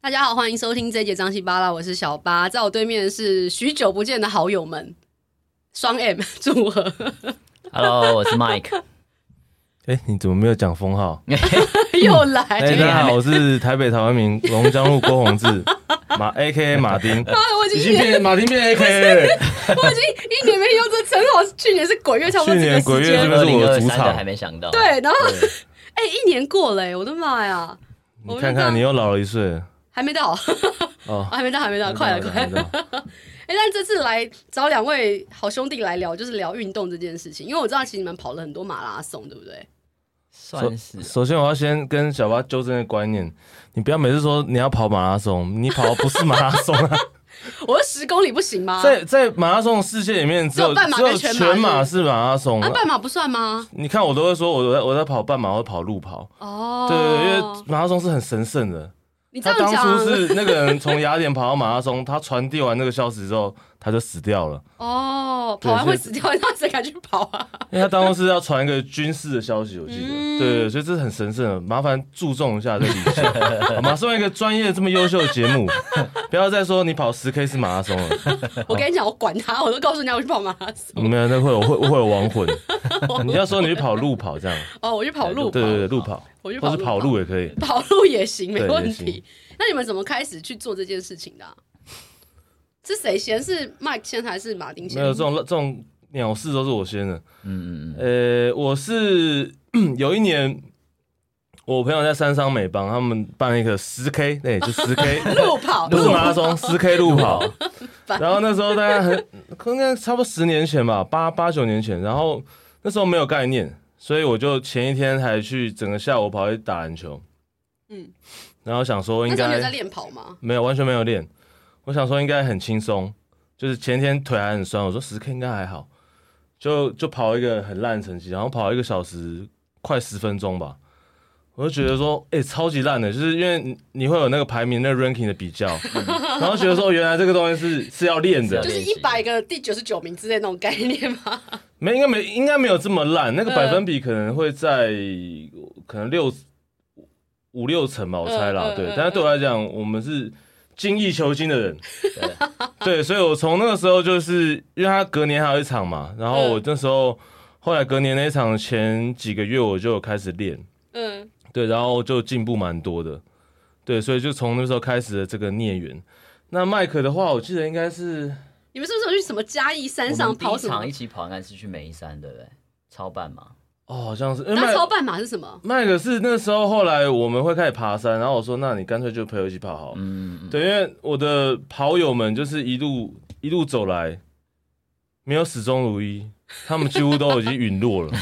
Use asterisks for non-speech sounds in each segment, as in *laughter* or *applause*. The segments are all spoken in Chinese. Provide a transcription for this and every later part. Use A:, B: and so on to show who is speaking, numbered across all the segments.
A: 大家好，欢迎收听这一节张西巴拉，我是小八，在我对面是许久不见的好友们，双 M 组合。 *laughs*
B: Hello，我是
C: *laughs*
B: Mike。
C: 哎、你怎么没有讲封号？
A: 又来啊
C: 哎、
A: 了，
C: 大家好，我是台北台湾民龙江路郭宏志，马 A K A 马丁，
A: 妈的我已
D: 已
A: 经
D: 经
A: 一年，
D: 变马丁变 A K 了，
A: 我已经一年没用这称号。去年是鬼月，差不多
C: 去
A: 这个
C: 年
A: 时
C: 鬼月
A: 间
C: 这。个是我的主
B: 2023的
C: 场
B: 还没想到。
A: 对，然后 *laughs* 哎、一年过了、哎我的妈呀，
C: 你看看你又老了一岁了
A: 还没到， *laughs*
C: 哦，
A: 还没到，还没到，啊快了，快
C: 还没
A: 了。
C: 到还没到
A: *laughs* 哎、但这次来找两位好兄弟来聊，就是聊运动这件事情，因为我知道其实你们跑了很多马拉松，对不对？
B: 算是
C: 首先，我要先跟小巴纠正一个观念，你不要每次说你要跑马拉松，你跑的不是马拉松
A: *laughs*
C: 啊，
A: 我是十公里不行吗？
C: 在在马拉松的世界里面，只
A: 只
C: 有
A: 有半马
C: 只
A: 跟
C: 有
A: 全马
C: 全马是马拉松
A: 啊，
C: 啊。
A: 半马不算吗？
C: 你看，我都会说我在我在跑半马，我在跑路跑，
A: 哦，
C: 对对对，因为马拉松是很神圣的。
A: 你这
C: *laughs* 他
A: 样
C: 当
A: 讲
C: 初是那个人从雅典跑到马拉松，他传递完那个消息之后，他就死
A: *laughs*
C: 掉了。
A: 哦，
C: 对
A: 跑完会
C: 所以
A: 死掉， *laughs* 那谁敢去跑啊？
C: 因为他当初是要传一个军事的消息，我记得，
A: 嗯
C: 对对，所以这是很神圣的，麻烦注重一下这个理性，好吗？身为一个专业这么优秀的节
A: *laughs*
C: 目，不要再说你跑十 K 是马拉松了，
A: 我跟你讲，我管他，我都告诉啊人家我去跑马拉松，
C: 没有，那会有会会有亡魂。你要说你去跑路跑这样，
A: 哦，我去跑路跑，
C: 对对对，路跑，
A: 我去
C: 或
A: 跑
C: 是跑路也可以。
A: 跑路也行，没
C: 对
A: 问
C: 也
A: 题
C: 行。
A: 那你们怎么开始去做这件事情的啊、是谁先？是 Mike 先还是马丁先？
C: 没有这种这种鸟事都是我先的。
B: 嗯嗯嗯，
C: 呃，我是有一年，我朋友在三商美帮他们办了一个十 K，那也就
A: *laughs*
C: 十 K，
A: 路跑，
C: *laughs* 不是马拉松，十 K 路跑
A: 烦。
C: 然后那时候大概很，应该差不多十年前吧，八八九年前。然后那时候没有概念，所以我就前一天还去整个下午跑去打篮球。
A: 嗯
C: 嗯，然后想说应
A: 那时候你有在
C: 该
A: 练跑吗？
C: 没有，完全没有练。我想说应该很轻松，就是前一天腿还很酸，我说十 K 应该还好，就就跑一个很烂的成绩，然后跑一个小时快十分钟吧。我就觉得说，哎、超级烂的，就是因为你你会有那个排名、那个 ranking 的比较，然后觉得说，原来这个东西是是要练的
B: 要
A: 就，是
B: 练
A: 一
B: 习
A: 百个第九十九名之类那种概念吗？
C: 没应该没应该没有这么烂，那个
A: 嗯
C: 百分比可能会在、呃可能六五六成吧，我猜啦，
A: 嗯嗯
C: 对
A: 嗯。
C: 但是对我来讲，我们是精益求精的
A: *laughs*
C: 人，
B: 对，
C: 对，所以我从那个时候就是因为他隔年还有一场嘛，然
A: 嗯
C: 后我那时候、后来隔年那一场前几个月我就有开始练，
A: 嗯，
C: 对，然后就进步蛮多的，对，所以就从那时候开始的这个孽缘。那麦克的话，我记得应该是
A: 你们是不是有去什么嘉义山
B: 我
A: 上
B: 们第
A: 跑
B: 一
A: 什么
B: 场一？起跑，应该是去梅山，对不对？超半嘛，
C: 哦，好像是，因为
A: 那
C: 麦
A: 超半马是什么？
C: 麦克是那时候后来我们会开始爬山，然后我说那你干脆就陪我一起跑好了，
B: 嗯嗯嗯，
C: 对，因为我的跑友们就是一路一路走来，没有始终如一，他们几乎都已经陨落
A: *laughs*
C: 了，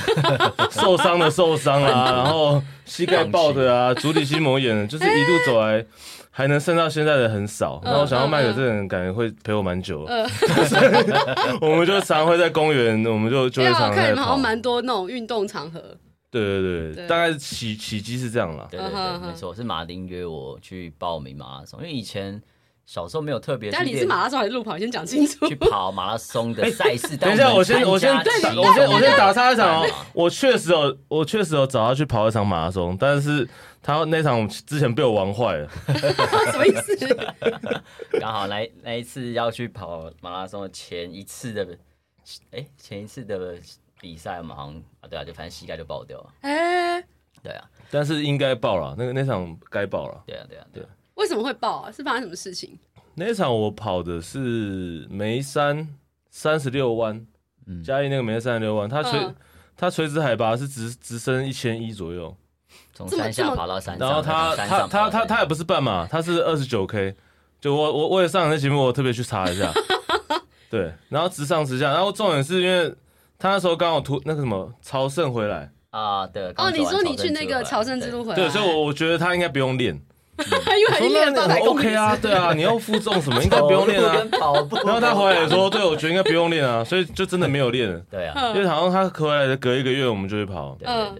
C: 受伤的受伤啦、然后膝盖爆的啊，足底筋膜炎的，就是一路走来。还能剩到现在的很少，
A: 嗯
C: 那我想要
A: 嗯
C: 麦克
A: 嗯
C: 这个人，感觉会陪我蛮久的。
A: 呃，
C: *laughs* 我们就常会在公园，我们就就
A: 嗯对
C: 会
A: 啊，
C: 常
A: 我
C: 开
A: 看你
C: 始
A: 们好像
C: 跑。
A: 蛮多那种运动场合。
C: 对对
A: 对
C: 对，大概起起机是这样啦。
B: 对对
A: 嗯哼
B: 对，没错，是马丁约我去报名马拉松，因为以前小时候没有特别去
A: 但你是
B: 练
A: 马拉松还是路跑？你先讲清楚。
B: 去跑马拉松的赛事。
C: 哎等一下，我先我先
B: 对
C: 打我先我先打岔一场哦。我确实有，我确实有找他去跑一场马拉松，但是他那场之前被我玩坏了。
A: *laughs* 什么意思？
B: 刚好那一那一次要去跑马拉松的前一次的，哎，前一次的比赛，我们好像啊，对啊，就反正膝盖就爆掉了。
A: 哎、
B: 对啊，
C: 但是应该爆了，那个那场该爆了。
B: 对啊，对啊，对啊。
A: 为什么会爆啊？是发生什么事情？
C: 那场我跑的是眉山三十六弯，
B: 嗯
C: 嘉义那个眉山三十六弯，它垂、
A: 嗯
C: 它垂直海拔是直直升一千一左右，
B: 从
A: 这么
B: 山
A: 这
B: 下
A: 么
B: 爬到山上，
C: 然后它
B: 再从山上
C: 它它
B: 爬到
C: 它
B: 山
C: 它也不是半马，它是二十九 K。就我我我也上了那节目，我特别去查
A: *laughs*
C: 一下，对，然后直上直下，然后重点是因为他那时候刚好突那个什么朝圣回来，
B: 啊，对。
A: 哦，
B: 刚
A: 你
B: 走完
A: 说你去那
B: 啊
A: 个朝圣之路，回来，
C: 对，所以我我觉得他应该不用练，
A: 他 *laughs* 因为他已经练了八
C: 很
A: 百公里
C: OK 啊，对啊，你要负重什 *laughs* 么应该不用练
A: *laughs*
C: 啊，
B: 跟跑步。
C: 然后他回来也说，对，我觉得应该不用练啊，所以就真的没有练了，
B: 对
A: *laughs*
B: 啊，
C: 因为
A: 嗯，
C: 好像他回来的隔一个月我们就会跑，
B: 对对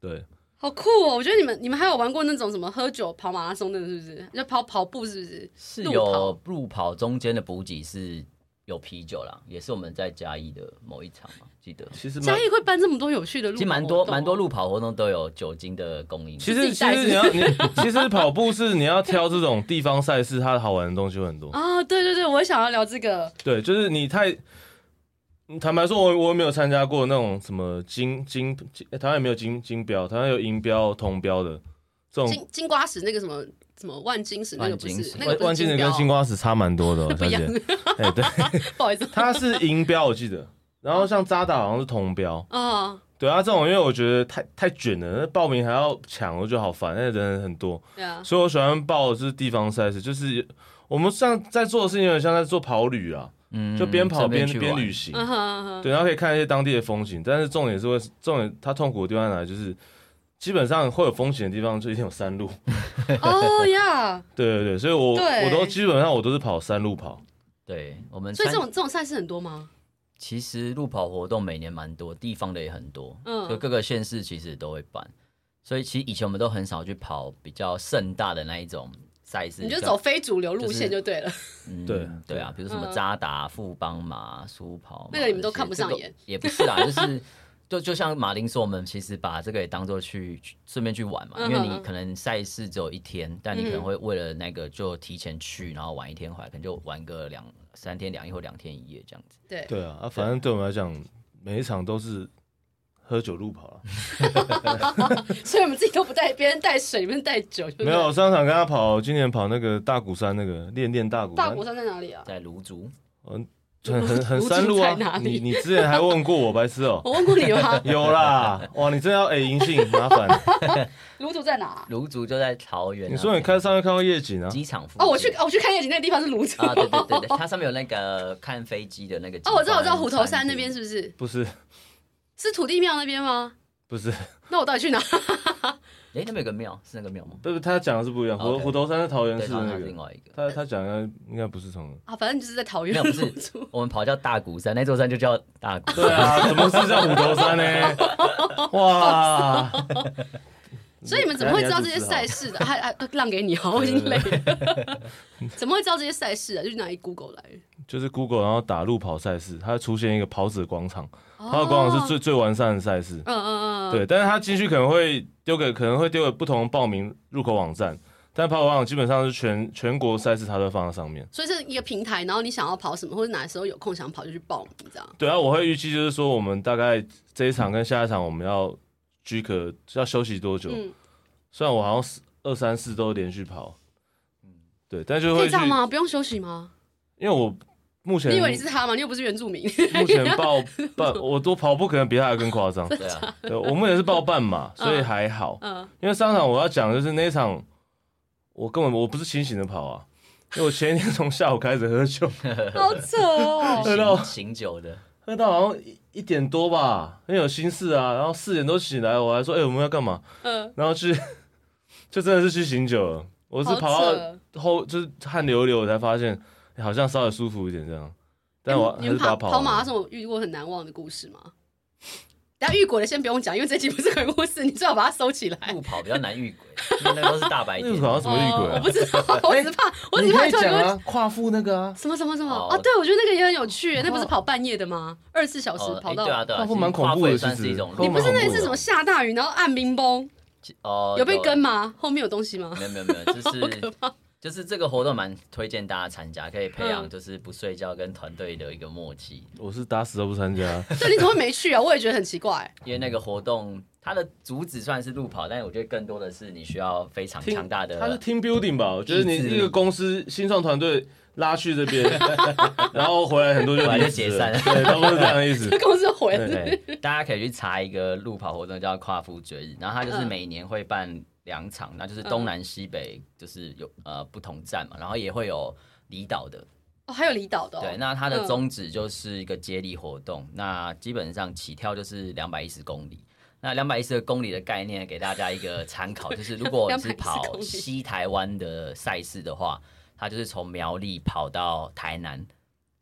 B: 对，
C: 对，
A: 好酷哦！我觉得你们你们还有玩过那种什么喝酒跑马拉松那个是不是？就跑跑步是不是？
B: 是
A: 路
B: 有路跑中间的补给是有啤酒啦，也是我们在嘉义的某一场嘛，记得。
C: 其实蛮
A: 嘉义会办这么多有趣的路
B: 其
A: 跑活动哦，
B: 实蛮多蛮多路跑活动都有酒精的供应，
C: 其
A: 自
C: 实
A: 己
C: 其
A: 带
C: 实
A: 是
C: 你要你其实跑步是你要挑这种地方赛事，它的好玩的东西会很多。
A: 啊！对对对，我也想要聊这个，
C: 对，就是你太嗯坦白说我，我也没有参加过那种什么金金，金台湾也没有金金标，台湾有银标、铜标的这种。
A: 金金瓜石那个什么什么万金石那个不
B: 万金
A: 是
B: 石
A: 那个
C: 万
A: 不
C: 万
A: 是
C: 金
A: 金
C: 石跟
A: 标
C: 金瓜石差蛮多的、哦，
A: *laughs* 不
C: 小
A: 一样
C: 姐。哎、对，
A: 不好意思
C: 它是银标，我记得。然后像渣打好像是铜标，
A: 啊，
C: 对啊，这种因为我觉得太太卷了，那报名还要抢，我觉得好烦，那人很多。
A: 对啊，
C: 所以我喜欢报的是地方赛事，就是我们像在做的事情有点像在做跑旅啊，
B: 嗯
C: 就边跑
B: 顺便
C: 边
B: 去
C: 边
B: 玩
C: 旅行，
A: 嗯哼嗯哼，
C: 对，然后可以看一些当地的风景。但是重点是会，重点它痛苦的地方在哪？就是基本上会有风险的地方就一定有山路， *laughs*
A: 哦呀，
C: 对对对，所以我
A: 对
C: 我都基本上我都是跑山路跑，
B: 对，我们
A: 所以
B: 参
A: 这种这种赛事很多吗？
B: 其实路跑活动每年蛮多，地方的也很多，
A: 嗯
B: 就各个县市其实都会办。所以其实以前我们都很少去跑比较盛大的那一种赛事，
A: 你就
B: 比较
A: 走非主流路线就
B: *laughs*
A: 对了，
B: 嗯
C: 对
B: 对啊，比如什么
A: 嗯
B: 渣打、富邦马、苏跑马，
A: 那个你们都
B: 这些
A: 看不上
B: 这个
A: 眼
B: 也不是啦，就是就就像马林说，我们其实把这个也当做去去顺便去玩嘛，因为
A: 嗯
B: 你
A: 哼
B: 可能赛事只有一天，但你可
A: 嗯
B: 能会为了那个就提前去，然后玩一天回来，可能就玩个两三天两夜或两天一夜这样子。
A: 对。
C: 对啊，啊，反正对我们来讲，每一场都是喝酒路跑啊。
A: 所以我们自己都不带，别人带水，你们带酒，就是
C: 没有，我上场跟他跑，今年跑那个大鼓山那个练练大鼓
A: 大鼓山在哪里啊？ *laughs*
B: 在芦竹，
C: 嗯，很很很
A: 芦竹
C: 山路
A: 在哪
C: 啊。
A: 里
C: 你你之前还问过我，白痴哦、？
A: *laughs* 我问过你啊吗
C: 有啦，哇，你真的要哎银杏麻
A: *laughs*
C: 烦。
A: 卢竹在哪？啊
B: 芦竹就在桃园啊、
C: 你说你看上面看到夜景啊？
B: 机场附近
A: 哦，我去，哦我去看夜景，那个地方是卢竹。
B: 啊，对对对对，它上面有那个看飞机的那个。
A: 哦，我知道，我知道，虎头山那边是不是？
C: 不是
A: 是土地庙那边吗？
C: 不是，
A: 那我到底去哪？ *laughs*
B: 哎、那边有个庙，是那个庙吗？
C: 不是他讲的是不一样。虎
B: OK
C: 虎头山是桃园
B: 对，
C: 市
B: 好
C: 的
B: 像
C: 那
B: 是另
C: 个，
B: 外一个。
C: 他他讲的应该不是同。
A: 啊，反正就是在桃园
B: 没有
A: 卢
B: 不是
A: 竹。
B: 我们跑叫大鼓山，那座山就叫大鼓。
C: 对啊，怎么是叫虎头山呢？哇！
A: 所以你们怎么会知道这些赛事
B: *laughs*
A: 的？还还呃让给你，好，我已经累了。 *laughs* 怎么会知道这些赛事啊？就是拿一 Google 来的。
C: 就是 Google，然后打路跑赛事，它会出现一个跑者广场，
A: 哦
C: 跑者广场是最最完善的赛事。
A: 嗯嗯嗯，嗯，
C: 对，但是他进去可能会丢给，可能会丢给不同报名入口网站，但跑者广场基本上是全全国赛事，它都放在上面。
A: 所以是一个平台，然后你想要跑什么，或者哪时候有空想跑就去报名这样。
C: 对啊，我会预计就是说，我们大概这一场跟下一场我们要居可要休息多久？
A: 嗯，
C: 虽然我好像四二三四都连续跑，对，但就
A: 可
C: 会
A: 以
C: 去
A: 这，样吗？不用休息吗？
C: 因为我目前
A: 你以为你是他吗？你又不是原住民。
C: *laughs*
A: *laughs*
C: 目前报半，我都跑步可能比他还更夸张。
B: 对
A: *laughs*
B: 啊，
C: 对，我目前是报半马，所以还好。
A: 嗯，
C: 因为上场我要讲的就是那一场，我根本我不是清醒的跑啊，因为我前一天从下午开始喝酒， *laughs*
A: 好扯哦。
C: 对咯
B: 醒醒酒的，
C: 喝到好像一一点多吧，因为有心事啊，然后四点多醒来，我还说，哎、我们要干嘛？
A: 嗯，
C: 然后去， *laughs* 就真的是去醒酒了。我是
A: 好
C: 跑到
A: 扯。哦
C: 后就是汗流一流，我才发现、哎好像稍微舒服一点这样。但我
A: 你
C: 还
A: 们
C: 是把它
A: 跑
C: 跑
A: 跑马拉
C: 完。
A: 松有遇过很难忘的故事吗？等下遇鬼的先不用讲，因为这集不是鬼故事，你最好把它收起来。
B: 路跑比较难遇鬼，因为那都是大白
C: 那
B: 天。
C: 个好像什么遇
A: 哦
C: 鬼、
A: 我
C: 啊？
A: 不知道，我只
C: *laughs*
A: 怕，我只
C: 你可
A: 怕
C: 以
A: 突然
C: 讲
A: 有
C: 啊，夸父那个啊，
A: 什么什么什么
B: 哦
A: 哦，对，我觉得那个也很有趣，那不是跑半夜的吗？二十四小时
B: 哦
A: 跑
B: 诶
A: 到，
B: 对啊对啊，
C: 跨步
B: 其实
C: 蛮恐
B: 跨
C: 怖的
B: 步也
C: 其
B: 算
C: 实
B: 是一种路。
C: 你
A: 不是
C: 蛮恐
A: 那
C: 怖
A: 一次
C: 的
A: 什么下大雨，然后按冰崩，
B: 哦
A: 有被跟？
C: 啊
A: 吗？后面有东西吗？ *laughs*
B: 没有没有没有，就是就是这个活动蛮推荐大家参加，可以培
A: 嗯
B: 养就是不睡觉跟团队的一个默契。
C: 我是打死都不
B: *laughs*
C: 参加。
A: 对，你怎么会没去啊？我也觉得很奇怪。
B: 因为那个活动它的主旨算是路跑，但是我觉得更多的是你需要非常强大的
C: 他是 team building 吧？我觉得你一个公司新创团队拉去这边， *laughs* 然后回来很多就
B: 回来
C: 离
B: 就解
C: 职
B: 散
C: 了， *laughs* 对，差不多是这样的意思。
A: 这公司回来
B: 对，大家可以去查一个路跑活动叫跨夫追日，然后它就是每年会办两场，那就是东南西北就是有呃不同站嘛，然后也会有离岛的。
A: 哦，还有离岛的哦，
B: 对，那它的宗旨就是一个接力活动，那基本上起跳就是两百一十公里。那两百一十公里的概念给大家一个参考，就是如果你是
A: 210公
B: 跑
A: 里
B: 西台湾的赛事的话，它就是从苗栗跑到台南。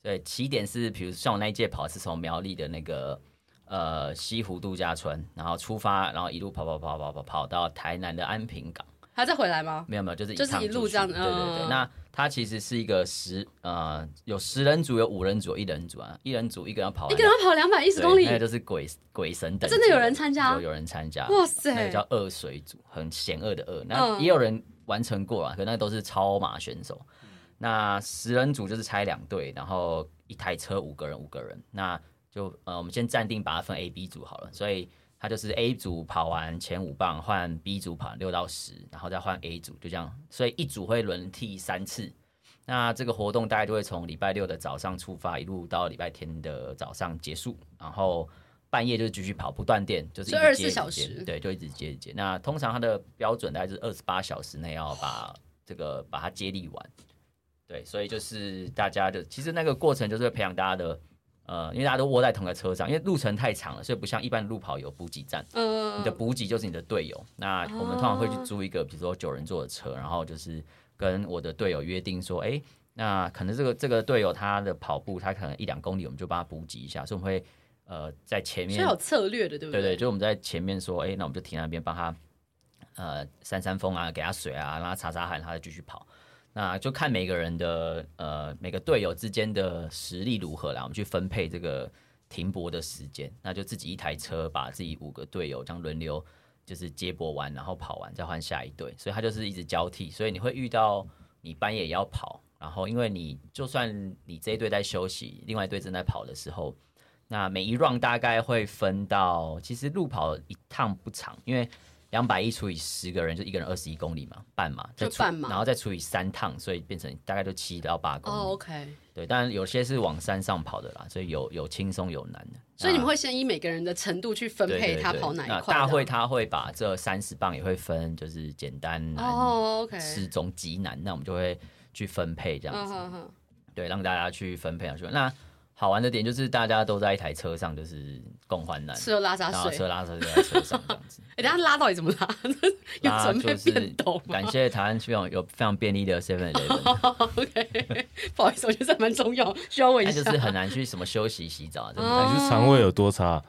B: 对，起点是，比如像我那一届跑是从苗栗的那个呃西湖度假村，然后出发，然后一路跑跑跑跑跑跑到台南的安平港，
A: 还再回来吗？
B: 没有没有，就是一
A: 就是
B: 趟
A: 一路
B: 出
A: 这样
B: 去
A: 子
B: 对对对，
A: 嗯
B: 那它其实是一个十呃有十人组，有五人组，有一人组啊，一人组一个人要跑完
A: 一个人要跑两百一十
B: 对
A: 公里啊
B: 那，个就是鬼鬼神等级、
A: 真的有人参加
B: 有有人参加，
A: 哇塞
B: 那个叫恶水组，很险恶的恶。那
A: 嗯
B: 也有人完成过啊，可那都是超马选手。那十人组就是拆两队，然后一台车五个人，五个人。那就呃，我们先暂定把它分 A、B 组好了，所以。它就是 A 组跑完前五棒，换 B 组跑六到十，然后再换 A 组，就这样。所以一组会轮替三次，那这个活动大概就会从礼拜六的早上出发，一路到礼拜天的早上结束，然后半夜就是继续跑，不断电，就是一直
A: 所以
B: 接
A: 24小时
B: 一直接对，就一直接一直接。那通常它的标准大概是二十八小时内要把这个把它接力完，对，所以就是大家的其实那个过程就是会培养大家的。呃，因为大家都窝在同个车上，因为路程太长了，所以不像一般的路跑有补给站，你
A: 嗯哦
B: 的，补给就是你的队友。那我们通常会去租一个，比如说九人座的车，然后就是跟我的队友约定说，哎、那可能这个这个队友他的跑步，他可能一两公里，我们就帮他补给一下，所以我们会呃在前
A: 所以
B: 面，
A: 有策略的，对不
B: 对
A: 对？
B: 对，就我们在前面说，哎、那我们就停那边帮他呃扇扇风啊，给他水啊，让他擦擦汗，他再继续跑。那就看每个人的呃每个队友之间的实力如何啦，我们去分配这个停泊的时间，那就自己一台车把自己五个队友这样轮流就是接驳完，然后跑完再换下一队，所以它就是一直交替，所以你会遇到你半夜也要跑，然后因为你就算你这一队在休息，另外一队正在跑的时候，那每一 round 大概会分到，其实路跑一趟不长，因为两百一除以十个人就一个人二十一公里嘛，半马，再
A: 就
B: 除
A: 半马
B: 然后再除以三趟，所以变成大概就七到八公里。
A: 哦，OK，
B: 对，当然有些是往山上跑的啦，所以有有轻松有难的。
A: 所以你们
B: 会
A: 会先依每个人的程度去分配他跑哪一块。
B: 大会
A: 这样
B: 他会把这三十磅也会分，就是简单难、
A: 哦，OK，
B: 适中、极难，那我们就会去分配这样
A: 嗯
B: 子，
A: 哼哼，
B: 对，让大家去分配下去。那好玩的点就是大家都在一台车上，就是共患难。
A: 吃喝拉撒
B: 嗯然后
A: 睡
B: 车。拉车就在车上这样
A: *laughs*
B: 子，
A: 哎，等下拉到底怎么拉？ *laughs* 有
B: 那
A: 准备
B: 就是
A: 变抖吗
B: 感谢台湾非常有非常便利的 Seven Eleven，
A: *laughs* ？OK，不好意思，我觉得这还蛮重
B: *laughs*
A: 要，需要问一
B: 但就
A: 下。
B: 是很难去什么休息洗澡啊，真
A: *laughs*
B: 的
A: 哦
C: 你是肠胃有多差？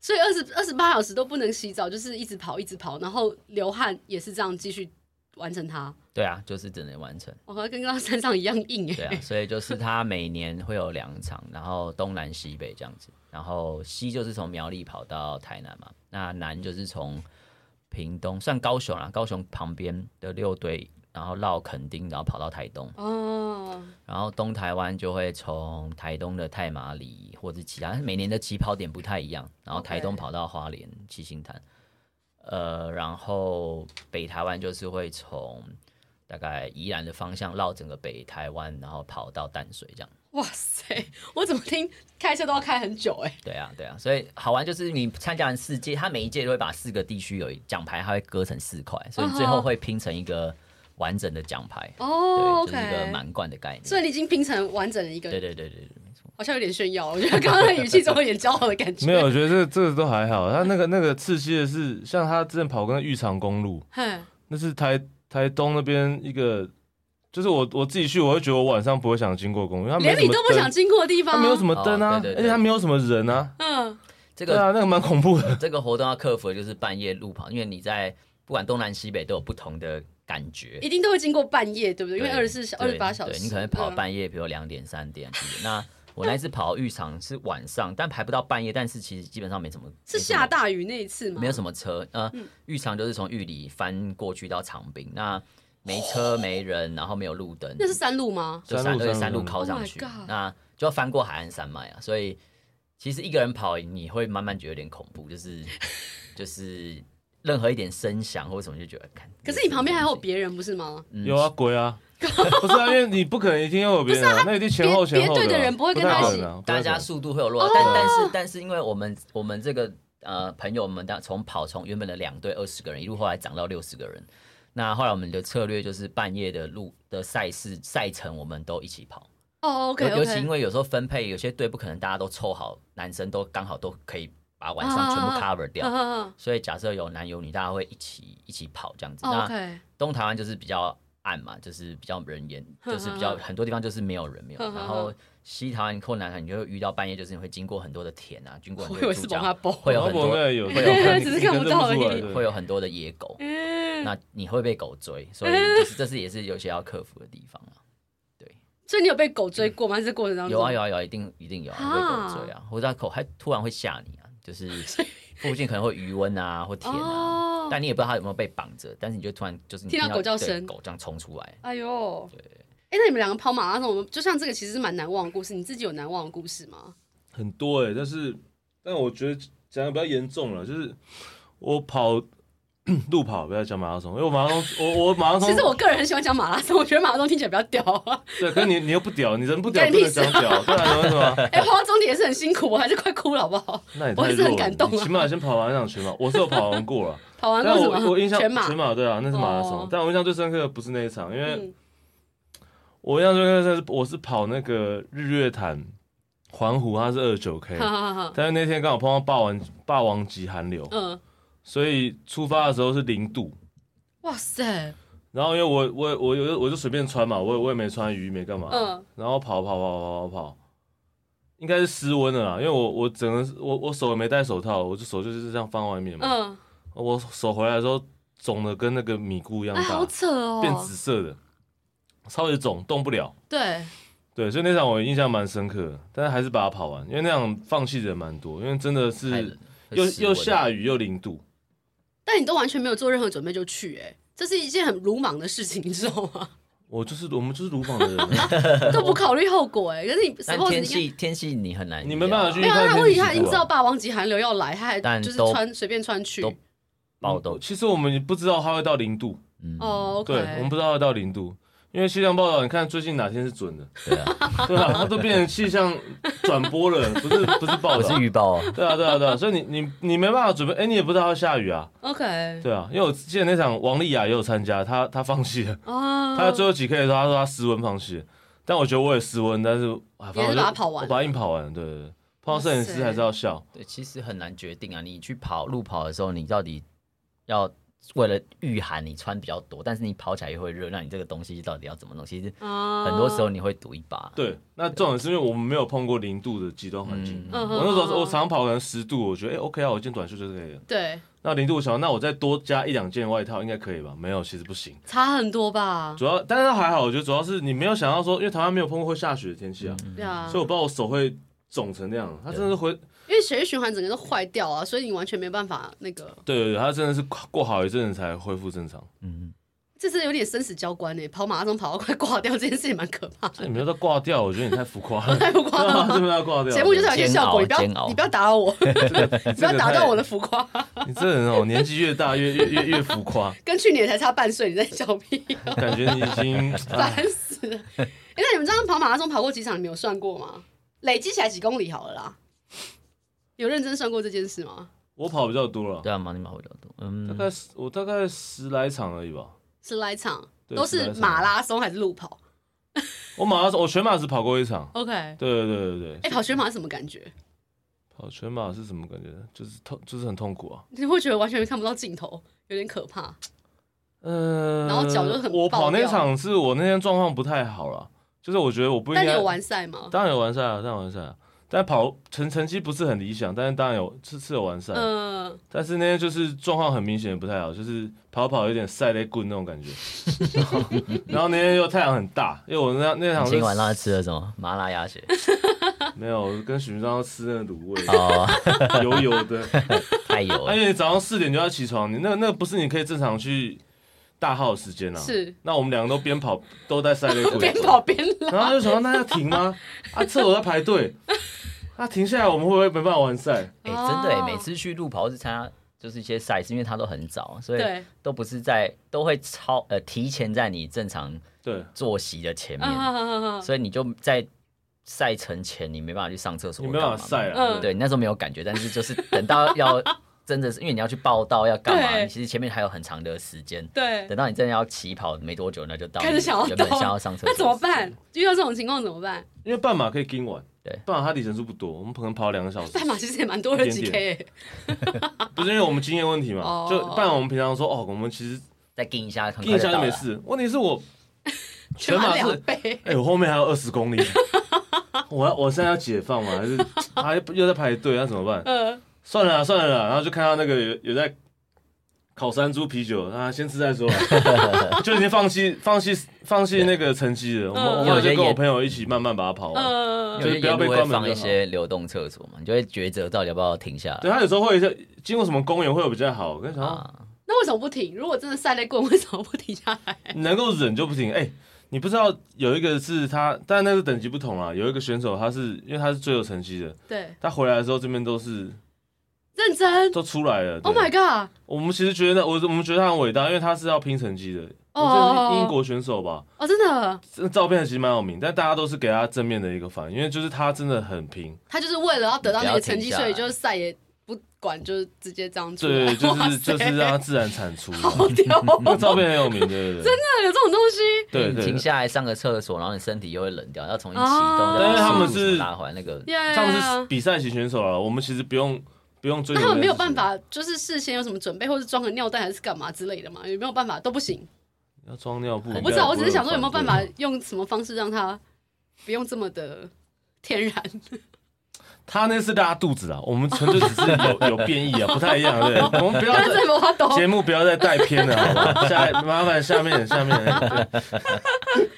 A: 所以二十二十八小时都不能洗澡，就是一直跑，一直跑，然后流汗也是这样继续完成它。
B: 对啊，就是只能完成。
A: 我和跟刚刚山上一样硬
B: 对
A: *laughs* 哎、
B: 啊，所以就是它每年会有两场，然后东南西北这样子。然后西就是从苗栗跑到台南嘛，那南就是从屏东，算高雄啦，高雄旁边的六堆，然后绕垦丁，然后跑到台东，
A: 哦，
B: 然后东台湾就会从台东的太麻里或者其他，每年的起跑点不太一样。然后台东
A: OK
B: 跑到花莲七星潭，呃，然后北台湾就是会从大概宜兰的方向绕整个北台湾，然后跑到淡水这样。
A: 哇塞，我怎么听开车都要开很久哎、
B: 对啊，对啊，所以好玩就是你参加完四届，它每一届都会把四个地区有一奖牌，它会割成四块，所以你
A: 嗯
B: 最后会拼成一个完整的奖牌。
A: 哦
B: 对，就是一个
A: ，OK，
B: 满贯的概念。
A: 所以你已经拼成完整的一
B: 对
A: 个，
B: 对对对对，没错。
A: 好像有点炫耀。我觉得刚刚的语气总有点骄傲的感觉。
C: 没有，，我觉得这个这个都还好。他那个那个刺激的是，像他之前跑过那玉长公路，
A: 哼，
C: 那是台台东那边一个，就是我我自己去，我会觉得我晚上不会想经过公路，因为它没
A: 连
C: 什
A: 你
C: 么
A: 都不想
C: 灯，
A: 经过的地方，
C: 它没有什么灯啊，
B: 哦对对对
C: 而且它没有什么人啊。
A: 嗯，
B: 这
C: 对
B: 个
C: 啊，那个蛮恐怖的。
B: 这个活动要克服的就是半夜路跑，因为你在不管东南西北都有不同的感觉。
A: 一定都会经过半夜，对不对？因
B: 对
A: 为二十四小、二
B: 对
A: 十八小时，
B: 对你可能跑
A: 嗯
B: 半夜，比如两点、三点。4点那我那一次跑浴场是晚上，但排不到半夜，但是其实基本上没什么，
A: 是下大嗯雨那一次吗？
B: 没有什么车。呃，浴场就是从玉里翻过去到长滨，那没车没人，然后没有路灯，
A: 那是山路吗？
B: 就
C: 山
B: 山
C: 路
B: 对
C: 山
B: 山
C: 路
B: 路靠
A: Oh
B: 上
A: my
B: 去，
A: God
B: 那就要翻过海岸山脉啊，所以其实一个人跑你会慢慢觉得有点恐怖，就是 *laughs* 就是任何一点声响或什么就觉得看，
A: 可是你旁边还有
B: 别
A: 别人不是吗？
C: 有啊，鬼啊！ *laughs* 不是啊，因为你不可能一定要有别人啊，那一定前后前后
A: 别别队
C: 啊
A: 的人不会哦跟
C: 太
A: 他一起
C: 可能啊不
B: 大
C: 太可
B: 家
C: 能
B: 速度会有落差，但但是但是因为我们我们这个呃朋友们当从跑从原本的两队二十个人一路后来涨到六十个人，那后来我们的策略就是半夜的路的赛事赛程我们都一起跑。
A: 哦，OK
B: 尤尤其因
A: OK，
B: 为有时候分配有些队不可能大家都凑好，男生都刚好都可以把晚上全部
A: 啊
B: cover 掉，
A: 嗯嗯
B: 所以假设有男有女，大家会一起一起跑这样子。
A: 嗯
B: 那
A: ，OK，
B: 东台湾就是比较暗嘛，就是比较人烟，就是比较很多地方就是没有人没有人。然后西台湾或南台，你就会遇到半夜，就是你会经过很多的田啊，经过
A: 嗯
B: 很
A: 哦我
B: 多
A: 以为
B: 的
A: 是
B: 住
A: 往
B: 家
A: 他，包
B: 会有
C: 王
B: 很
C: 伯
B: 多
C: *laughs* 那有
B: 会有
C: 看
A: 只是看不到而已
C: 你认
B: 会
C: 出来
A: 嗯
B: 有很多的野狗。那你会被狗追，所以就是这是也是有些要克服的地方啊。
A: 所以你有被狗追过吗？在这过程当中
B: 有啊有啊有啊，一定一定有啊，会被狗追啊，或者它口还突然会吓你啊，就是附近可能会余温啊或舔啊
A: 哦，
B: 但你也不知道它有没有被绑着，但是你就突然就是你
A: 听到狗叫
B: 对
A: 声
B: 狗这样冲出来，
A: 哎呦，哎、那你们两个跑马拉松，我们就像这个其实是蛮难忘的故事，你自己有难忘的故事吗？
C: 很多哎、但是但我觉得讲的比较严重了，就是我跑路跑，不 *clears throat* 要讲马拉松，因为我马
A: *laughs*
C: 拉松，我我马拉松，
A: 其实我个人很喜欢讲马拉松，我觉得马拉松听起来比较屌
C: *laughs*
A: 啊。
C: 对，可是你你又不屌，你人不屌，
A: 干
C: 不
A: 你
C: 能
A: 屁事
C: 讲
A: 啊
C: 屌，对啊，为什么？
A: 哎、跑到终点也是很辛苦，我还是快哭了，好不好？
C: 那
A: *laughs*
C: 你
A: 我
C: 太
A: 还是
C: 弱
A: 很
C: 了，
A: 感动
C: 你
A: 啊
C: 起码先跑完两场全马，我是有跑完过了，
A: 跑完过
C: 但
A: 啊什
C: 我我印
A: 么？
C: 象
A: 全马。
C: 对啊，那是马拉松，
A: 哦
C: 但我印象最深刻的不是那一场，因为
A: 嗯，
C: 我印象最深刻的是我是跑那个日月潭环湖，它是二九 K，
A: 好好好，
C: 但是那天刚好碰到霸王霸王级寒流，
A: 嗯，
C: 所以出发的时候是零度。
A: 哇塞，
C: 然后因为我我我有我就随便穿嘛，我也我也没穿雨衣没干嘛，
A: 嗯
C: 然后跑跑跑跑跑跑，应该是失温了啦，因为我我整个我我手也没戴手套，我就手就是这样放外面嘛，
A: 嗯，
C: 我手回来的时候肿的跟那个米糊一样
A: 哎，
C: 大，
A: 好扯哦，
C: 变紫色的，超级肿，动不了。
A: 对，
C: 对，所以那场我印象蛮深刻的，但是还是把它跑完，因为那场放弃的人蛮多，因为真的
B: 太冷
C: 是
B: 了
C: 又
B: 会失
C: 又
B: 温啊
C: 下雨又零度，
A: 但你都完全没有做任何准备就去、哎，这是一件很鲁莽的事情，你知道
C: *laughs*
A: 吗？
C: 我就是我们就是鲁莽的人
B: *laughs*
C: 啊，
A: 都不考虑后果、哎，可是你
B: 但
A: suppose
B: 天
A: 你应
B: 气天气你很难，
C: 你没办法去
A: 该没有啊，
C: 看
A: 他
C: 天
A: 问题
C: 气
A: 他已经
C: 吧
A: 知道霸王级寒流要来，他还
B: 但
A: 就是
B: 都
A: 穿随便穿去。
B: 都爆痘，
C: 其实我们也不知道它会到零度。
B: 嗯，
A: 哦，OK，
C: 对，我们不知道要到零度，因为气象报道，你看最近哪天是准的？
B: 对啊，
C: 对啊，它都变成气象转播了，不是不是报
B: 我是
C: 道。
B: 预报哦，
C: 对啊，对啊，对啊，所以你你你没办法准备，哎、你也不知道要下雨啊，
A: OK，
C: 对啊，因为我记得那场王丽雅也有参加，她她放弃了，
A: 哦，
C: 她最后几 K 的时候，她说她失温放弃了，但我觉得我也失温，但是啊，反正
A: 也
C: 我
A: 是
C: 就
A: 把它跑完
C: 我把它硬跑完，对对对，碰到摄影师还是要笑，
B: 对，其实很难决定啊。你去跑路跑的时候，你到底要为了御寒你穿比较多，但是你跑起来又会热，那你这个东西到底要怎么弄？其实
A: 啊
B: 很多时候你会赌一把。
C: 对，那重点是因为我们没有碰过零度的极端环境，
A: 嗯
B: 嗯，
C: 我那时候我常跑可能十度，我觉得哎、OK 啊，我件短袖就可以了。
A: 对
C: 那零度我想，那我再多加一两件外套应该可以吧？没有，其实不行。
A: 差很多吧？
C: 主要，但是还好，我觉得主要是你没有想到说，因为台湾没有碰过会下雪的天气啊，
A: 对啊
C: 所以，我不知道我手会肿成那样。它真的是回，
A: 因为血液循环整个都坏掉啊，所以你完全没办法那个，
C: 对对对，它真的是过好一阵子才恢复正常。
B: 嗯，
A: 这是有点生死交关呢、欸跑马拉松跑到快挂掉这件事情蛮可怕的，
B: *laughs*
C: 这也没有到挂掉，我觉得你太浮夸了，
A: 太浮
C: *laughs*
A: 夸了吗
C: 真哦的要挂掉。
A: 节目就是要有一些效果，你
B: 啊煎
A: 不要
B: 熬煎熬
A: 你不要打扰
B: *laughs*
A: 我，你不要打断我的浮夸，
C: 你这人哦， *laughs* 年纪越大越越越越浮
A: *laughs*
C: 夸，
A: 跟去年才差半岁，你在笑屁，
C: 感觉你已经哎
A: 烦死
B: *laughs*
A: 了！哎、那你们这样跑马拉松跑过几场，你们有算过吗？累积起来几公里好了啦？有认真算过这件事吗？
C: 我跑比较多了，
B: 对啊，马里马会比较多。
C: 大
B: 嗯，
C: 概十我大概十来场而已吧。
A: 十来场
C: 对
A: 都
C: 十来
A: 是
C: 场
A: 马拉松还是路跑
C: 我马拉松，我全马只跑过一场。
A: ？OK，哎、
C: 对对对对对，
A: 跑全马是什么感觉？
C: 跑全马是什么感觉？就是痛，就是很痛苦啊。
A: 你会觉得完全看不到尽头，有点可怕。
C: 呃，
A: 然后脚就很
C: 我跑
A: 爆掉
C: 那场是我那天状况不太好了，就是我觉得我不应
A: 但
C: 该。
A: 你有完赛吗？
C: 当然有完赛啊，当然有完赛啊。但跑成成绩不是很理想，但是当然有是是有完赛，
A: 嗯、
C: 但是那天就是状况很明显不太好，就是跑跑有点晒雷棍那种感觉。 *laughs* 然后然后那天又太阳很大，因为我那那场
B: 你
C: 是
B: 今晚让他吃了什么？麻辣鸭血。
C: 没有我跟许明章吃那个卤味，
B: 哦，
C: 油油的。
B: *laughs* 太油
C: 而
B: 了。
C: 且早上四点就要起床，你那那不是你可以正常去大号的时间啊？
A: 是。
C: 那我们两个都边跑都
A: *laughs*
C: 在晒雷鬼，
A: 边跑边拉，
C: 然后就想到那要停吗？啊，厕所在排队， *laughs* 啊，停下来我们会不会没办法完赛？
B: 哎，真的
A: 哦
B: 哎，每次去路跑是参加就是一些赛事，因为它都很早，所以
A: 对
B: 都不是在都会超呃提前在你正常
C: 对，
B: 作息的
C: 嗯
B: 前面。
A: 啊，
B: 所以你就在赛程前你没办法去上厕所，
C: 你没办法
B: 干嘛
C: 晒啊。
A: 嗯
B: 对，你那时候没有感觉，但是就是等
A: *laughs*
B: 到要真的是因为你要去报道要干嘛，
A: 对
B: 你其实前面还有很长的时间。
A: 对，
B: 等到你真的要起跑没多久，那就到
A: 开始
B: 你
A: 想要
B: 原本
A: 到
B: 想要上厕
A: *laughs*
B: 所，
A: 那怎么？办？遇到这种情况怎么办？
C: 因为半马可以跟完，
B: 对
C: 半马它里程数不多，我们可能跑两个小时，
A: 半马其实也蛮多人
C: 一
A: 几
C: 点
A: K，、
C: 点
A: 欸、
C: 不是因为我们经验问题嘛
A: 哦？
C: 就半马我们平常说哦，我们其实
B: 再跟一下，很
C: 跟
B: 快
C: 一下就
B: 到
C: 没
B: 了。啊
C: 事，问题是
A: *laughs*
C: 我全
A: 全
C: 马
A: 马
C: 是
A: 两倍，
C: 哎、我后面还有二十公里，我要我现在要解放嘛？还是
A: *laughs*
C: 还又在排队，那怎么办？啊
A: 呃，
C: 算了啦算了啦，然后就看到那个有有在烤山猪啤酒啊，先吃
B: *laughs*
C: 再说啊，就已经放弃放弃放弃那个成绩了。我们
A: 嗯
C: 我们
B: 有
C: 就
B: 些
C: 跟我
B: 也
C: 朋友一起慢慢把它跑完。
A: 呃，
C: 就是不要
B: 嗯
C: 被
B: 有些
C: 关
B: 沿
C: 门
B: 路会放
C: 就
B: 一
C: 好
B: 些流动厕所嘛，你就会抉择到底要不要停下来。
C: 对啊他有时候会是经过什么公园会有比较好，我跟你
A: 哦
C: 讲，
B: 啊，
A: 那为什么不停？如果真的赛类棍，为什么不停下来？
C: 你能够忍就不停。哎、你不知道有一个是他，但那个等级不同啊。有一个选手他是因为他是最有成绩的，
A: 对，
C: 他回来的时候这边都是
A: 认真。
C: 都出来了。对
A: Oh my god！
C: 我们其实觉得那我我们觉得他很伟大，因为他是要拼成绩的。
A: 哦
C: 哦，英国选手吧，
A: 哦，真的，
C: 这照片其实蛮有名，但大家都是给他正面的一个反应，因为就是他真的很拼，
A: 他就是为了要得到那个成
B: 你
A: 绩，
B: 不要停下来
A: 所以就是赛也不管，就是直接这样出来。*laughs*
C: 对，就
A: 哇
C: 是
A: 塞
C: 就是让他自然产出。
A: 好屌
C: *laughs*
A: 哦，
C: 那照片很有名，对对对，真的
A: 有这种东西。
C: 对
B: 你
C: 对
B: 停
C: 对。
B: 下来上个厕所，然后你身体又会冷掉，要重新启
A: 哦
B: 动。再
A: 但
B: 把
A: 是他
C: 们
B: 速度什么
C: 是
B: 拉回来那个，
A: 耶，
C: 他们是比赛型选手了，我们其实不用不用追
A: 那
C: 求。
A: 他们没有办，法，就是事先有什么准备，或是装个尿袋还是干嘛之类的嘛？有没有办法都不行。
C: 要装尿布。
B: 我
A: 我不知道，我只是想说有没有办法
C: 应该不会有反对。
A: 用什么方式让他不用这么的天然。
C: 他那是拉肚子啊，我们纯粹只是有有变
A: *laughs*
C: 异啊，不太一样，对。我们不要
A: 他
C: 再
A: 在魔法懂，
C: 节目不要再带偏了，好不好？下麻烦下面下面，对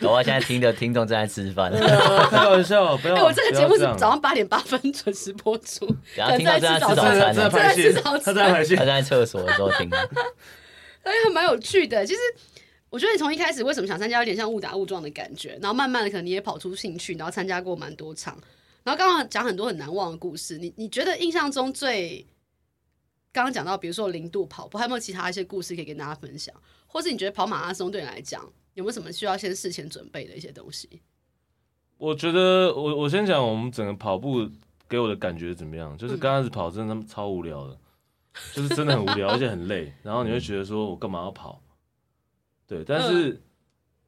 B: 搞不好现在听的听众正在吃饭，
C: *laughs* 对啊开玩笑，不要。
A: 哎，我这个节目是
C: 不要这
A: 早
C: 样
A: 上八点八分准时播出，
B: 等
A: 可
B: 下
A: 能
B: 听到
A: 在
B: 正
A: 吃
B: 在吃
A: 早
B: 早
A: 餐啊
B: 餐。
C: 真的真
A: *laughs*
C: 的排泄，
A: 正在吃早
C: 他
A: 餐
C: 正在排
B: 他
C: 泄。
B: 在厕所的时候啊听，
A: 哎，还 *laughs* 蛮有趣的。其实我觉得你从一开始为什么想参加，有点像误打误撞的感觉，然后慢慢的可能你也跑出兴趣，然后参加过蛮多场。然后刚刚讲很多很难忘的故事，你你觉得印象中最刚刚讲到，比如说零度跑步，还有没有其他一些故事可以跟大家分享？或是你觉得跑马拉松对你来讲有没有什么需要先事前准备的一些东西？
C: 我觉得我我先讲我们整个跑步给我的感觉怎么样？
A: 嗯
C: 就是刚开始跑真的他妈超无聊的，就是真的很无
A: *laughs*
C: 聊，而且很累。然后你会觉得说我干嘛要跑？对，但
A: 嗯
C: 是、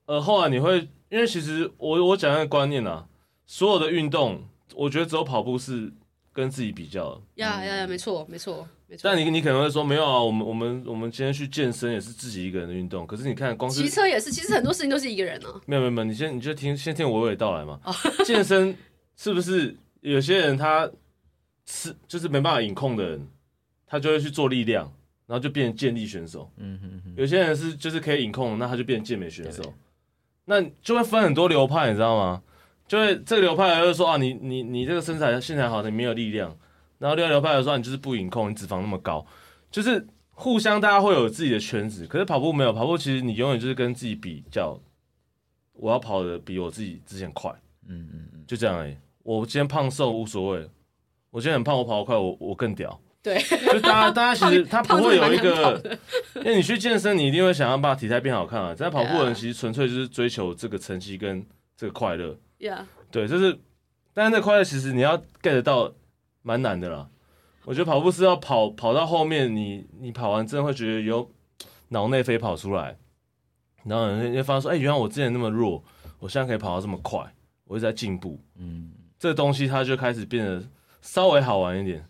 C: 呃后来你会，因为其实我我讲一个观念啊，所有的运动，我觉得只有跑步是跟自己比较的。
A: 呀呀呀，没错，没错，没错。
C: 但你你可能会说没有啊，我们我们我们今天去健身也是自己一个人的运动，可是你看光是
A: 骑车也是，其实很多事情都是一个人啊。
C: 没有没有没有，你先你就听先听我娓娓道来嘛。 *laughs* 健身是不是有些人他吃就是没办法饮控的人，他就会去做力量，然后就变成健力选手；
B: *laughs* 嗯哼哼，
C: 有些人是就是可以饮控，那他就变成健美选手。那就会分很多流派，你知道吗？就会这个流派就会说啊，你你你这个身材身材好，你没有力量；然后另外流派就说、啊你就是不饮控，你脂肪那么高，就是互相大家会有自己的圈子。可是跑步没有，跑步其实你永远就是跟自己比较，我要跑的比我自己之前快，
B: 嗯嗯嗯，
C: 就这样而已。我今天胖瘦无所谓，我今天很胖，我跑得快，我我更屌。 *laughs*
A: 对，
C: 就大家，大家其实他
A: 胖
C: 不会有一
A: 胖子蛮难跑
C: 个， *laughs* 因为你去健身，你一定会想要把体态变好看啊。但跑步的
A: Yeah
C: 人其实纯粹就是追求这个成绩跟这个快乐，
A: 呀、
C: 对，就是，但是那快乐其实你要 get 到蛮难的啦。我觉得跑步是要跑跑到后面你，你跑完真的会觉得有脑内啡跑出来，然后你会发现说，哎、原来我之前那么弱，我现在可以跑到这么快，我一直在进步。
B: 嗯，
C: 这个东西它就开始变得稍微好玩一点，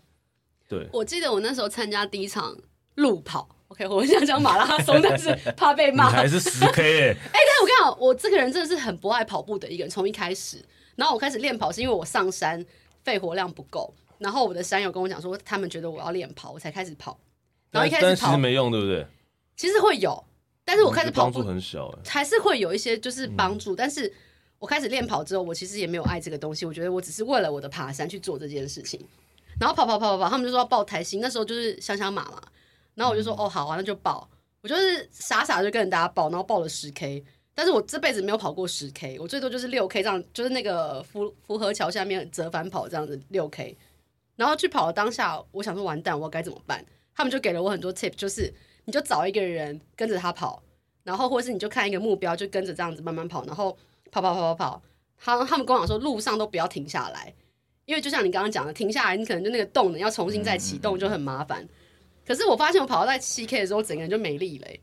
C: 对。
A: 我记得我那时候参加第一场路跑，OK，我想讲马拉
C: *laughs*
A: 松，但是怕被骂。
C: 是十 K 哎、
A: 我跟你讲，我这个人真的是很不爱跑步的一个人，从一开始。然后我开始练跑是因为我上山肺活量不够，然后我的山友跟我讲说，他们觉得我要练跑，我才开始跑。 *laughs* 然后
C: 但
A: 一开
C: 但
A: 始
C: 其实
A: 跑，
C: 没用，对不对？
A: 其实会有，但是我开始跑
C: 嗯帮助
A: 步
C: 很小哎、
A: 还是会有一些就是帮助，但是我开始练跑之后，我其实也没有爱这个东西，我觉得我只是为了我的爬山去做这件事情。然后跑跑跑跑跑，他们就说要报台新，那时候就是香香马嘛，然后我就说、哦好啊，那就报。我就是傻傻就跟着大家报，然后报了十 K，但是我这辈子没有跑过十 K，我最多就是六 K 这样，就是那个福福河桥下面折返跑这样子六 K。然后去跑的当下，我想说完蛋，我该怎么办？他们就给了我很多 tip，就是你就找一个人跟着他跑，然后或是你就看一个目标，就跟着这样子慢慢跑，然后跑跑跑跑跑。他他们跟我讲说，路上都不要停下来，因为就像你刚刚讲的，停下来你可能就那个动能要重新再启动就很麻烦。可是我发现我跑到在七 K 的时候，整个人就没力了欸、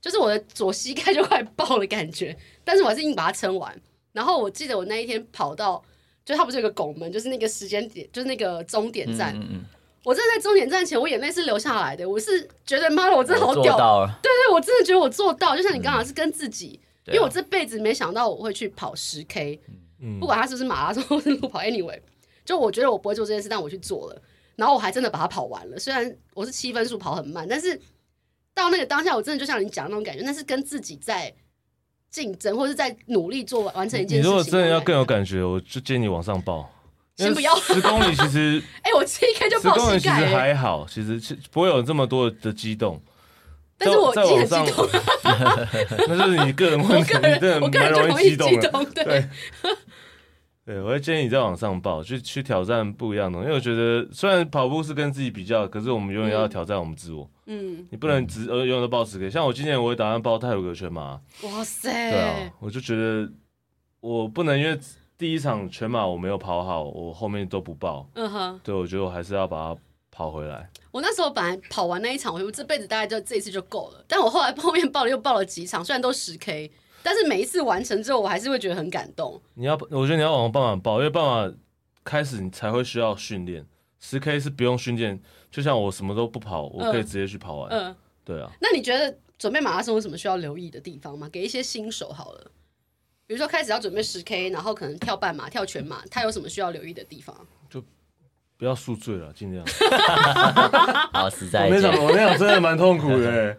A: 就是我的左膝盖就快爆了感觉，但是我还是硬把它撑完。然后我记得我那一天跑到，就它不是有个拱门，就是那个时间点，就是那个终点站。
B: 嗯嗯，
A: 我真的在终点站前，我眼泪是流下来的。我是觉得妈的，我真的好
B: 我做
A: 屌，
B: 到了，
A: 对，我真的觉得我做到，就像你刚
C: 嗯
A: 刚是跟自己，
B: 对啊
A: 因为我这辈子没想到我会去跑十 K，、
C: 嗯
A: 不管它是不是马拉松或 *laughs* 是路跑，anyway，就我觉得我不会做这件事，但我去做了，然后我还真的把它跑完了。虽然我是七分数跑很慢，但是到那个当下，我真的就像你讲的那种感觉，那是跟自己在竞争，或是在努力做完成一
C: 你
A: 件事情。
C: 如果真的要更有，感觉，我就建议你往上报。因
A: *laughs*
C: 为
A: 先不要
C: 十公里其实
A: 哎、我这一开 *laughs* 就
C: 十
A: 爆
C: 公里
A: 膝
C: 其实
A: 盖、欸，
C: 还好，其实其不会有这么多的激动。
A: 但是我
C: 再
A: 已经很
C: 再往
A: 激动了，
C: *laughs* 那就是你个人
A: *laughs*
C: 问
A: 我
C: 题，
A: 个
C: 你真
A: 人
C: 的
A: 我个人
C: 蛮
A: 就
C: 容
A: 容易激
C: 激动的。
A: 动，对，
C: 对，对，我会建议你再往上报，去去挑战不一样的东西。因为我觉得，虽然跑步是跟自己比较，可是我们永远要挑战我们自我。
A: 嗯，
C: 你不能只呃永远都报十 K。像我今年我也打算报泰鲁格全马，
A: 哇塞，
C: 对啊，我就觉得我不能因为第一场全马我没有跑好，我后面都不报。
A: 嗯哼，
C: 对，我觉得我还是要把它跑回来。
A: 我那时候本来跑完那一场，我这辈子大概就这一次就够了，但我后来后面报了又报了几场，虽然都十 K，但是每一次完成之后，我还是会觉得很感动。
C: 你要，我觉得你要往办法报，因为办法开始你才会需要训练。十 K 是不用训练，就像我什么都不跑，我可以
A: 嗯
C: 直接去跑完。
A: 嗯、
C: 对啊，
A: 那你觉得准备马拉松有什么需要留意的地方吗？给一些新手好了，比如说开始要准备十 K，然后可能跳半马、跳全马，他有什么需要留意的地方？
C: 不要宿醉了，尽量。
B: 好，实
C: 我
B: 在
C: 那
B: 见
C: 场，我那场真的蛮痛苦的、欸，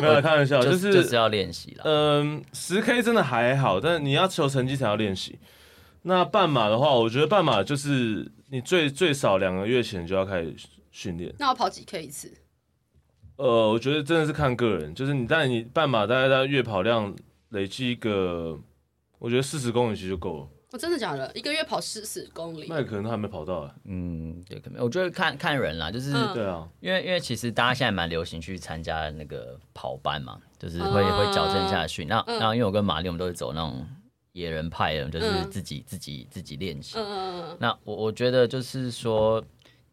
C: 没有开玩笑，
B: *laughs* 就
C: 就是
B: 就是要练习了。
C: 嗯，十 K 真的还好，但你要求成绩才要练习。那半马的话，我觉得半马就是你最最少两个月前就要开始训练。
A: 那要跑几 K 一次？
C: 呃，我觉得真的是看个人，就是你，但你半马大概在月跑量累积一个，我觉得四十公里其实就够了。
A: 我、真的假的？一个月跑四十公里？
C: 那可能都还没跑到、欸，
B: 嗯，对，可能我觉得看看人啦，就是
A: 嗯
C: 对啊，
B: 因为因为其实大家现在蛮流行去参加那个跑班嘛，就是会、
A: 哦
B: 会矫正下去。
A: 嗯
B: 那那因为我跟玛丽，我们都是走那种野人派的，就是
A: 嗯
B: 自己、自己自己练习。
A: 嗯嗯嗯
B: 那我我觉得就是说，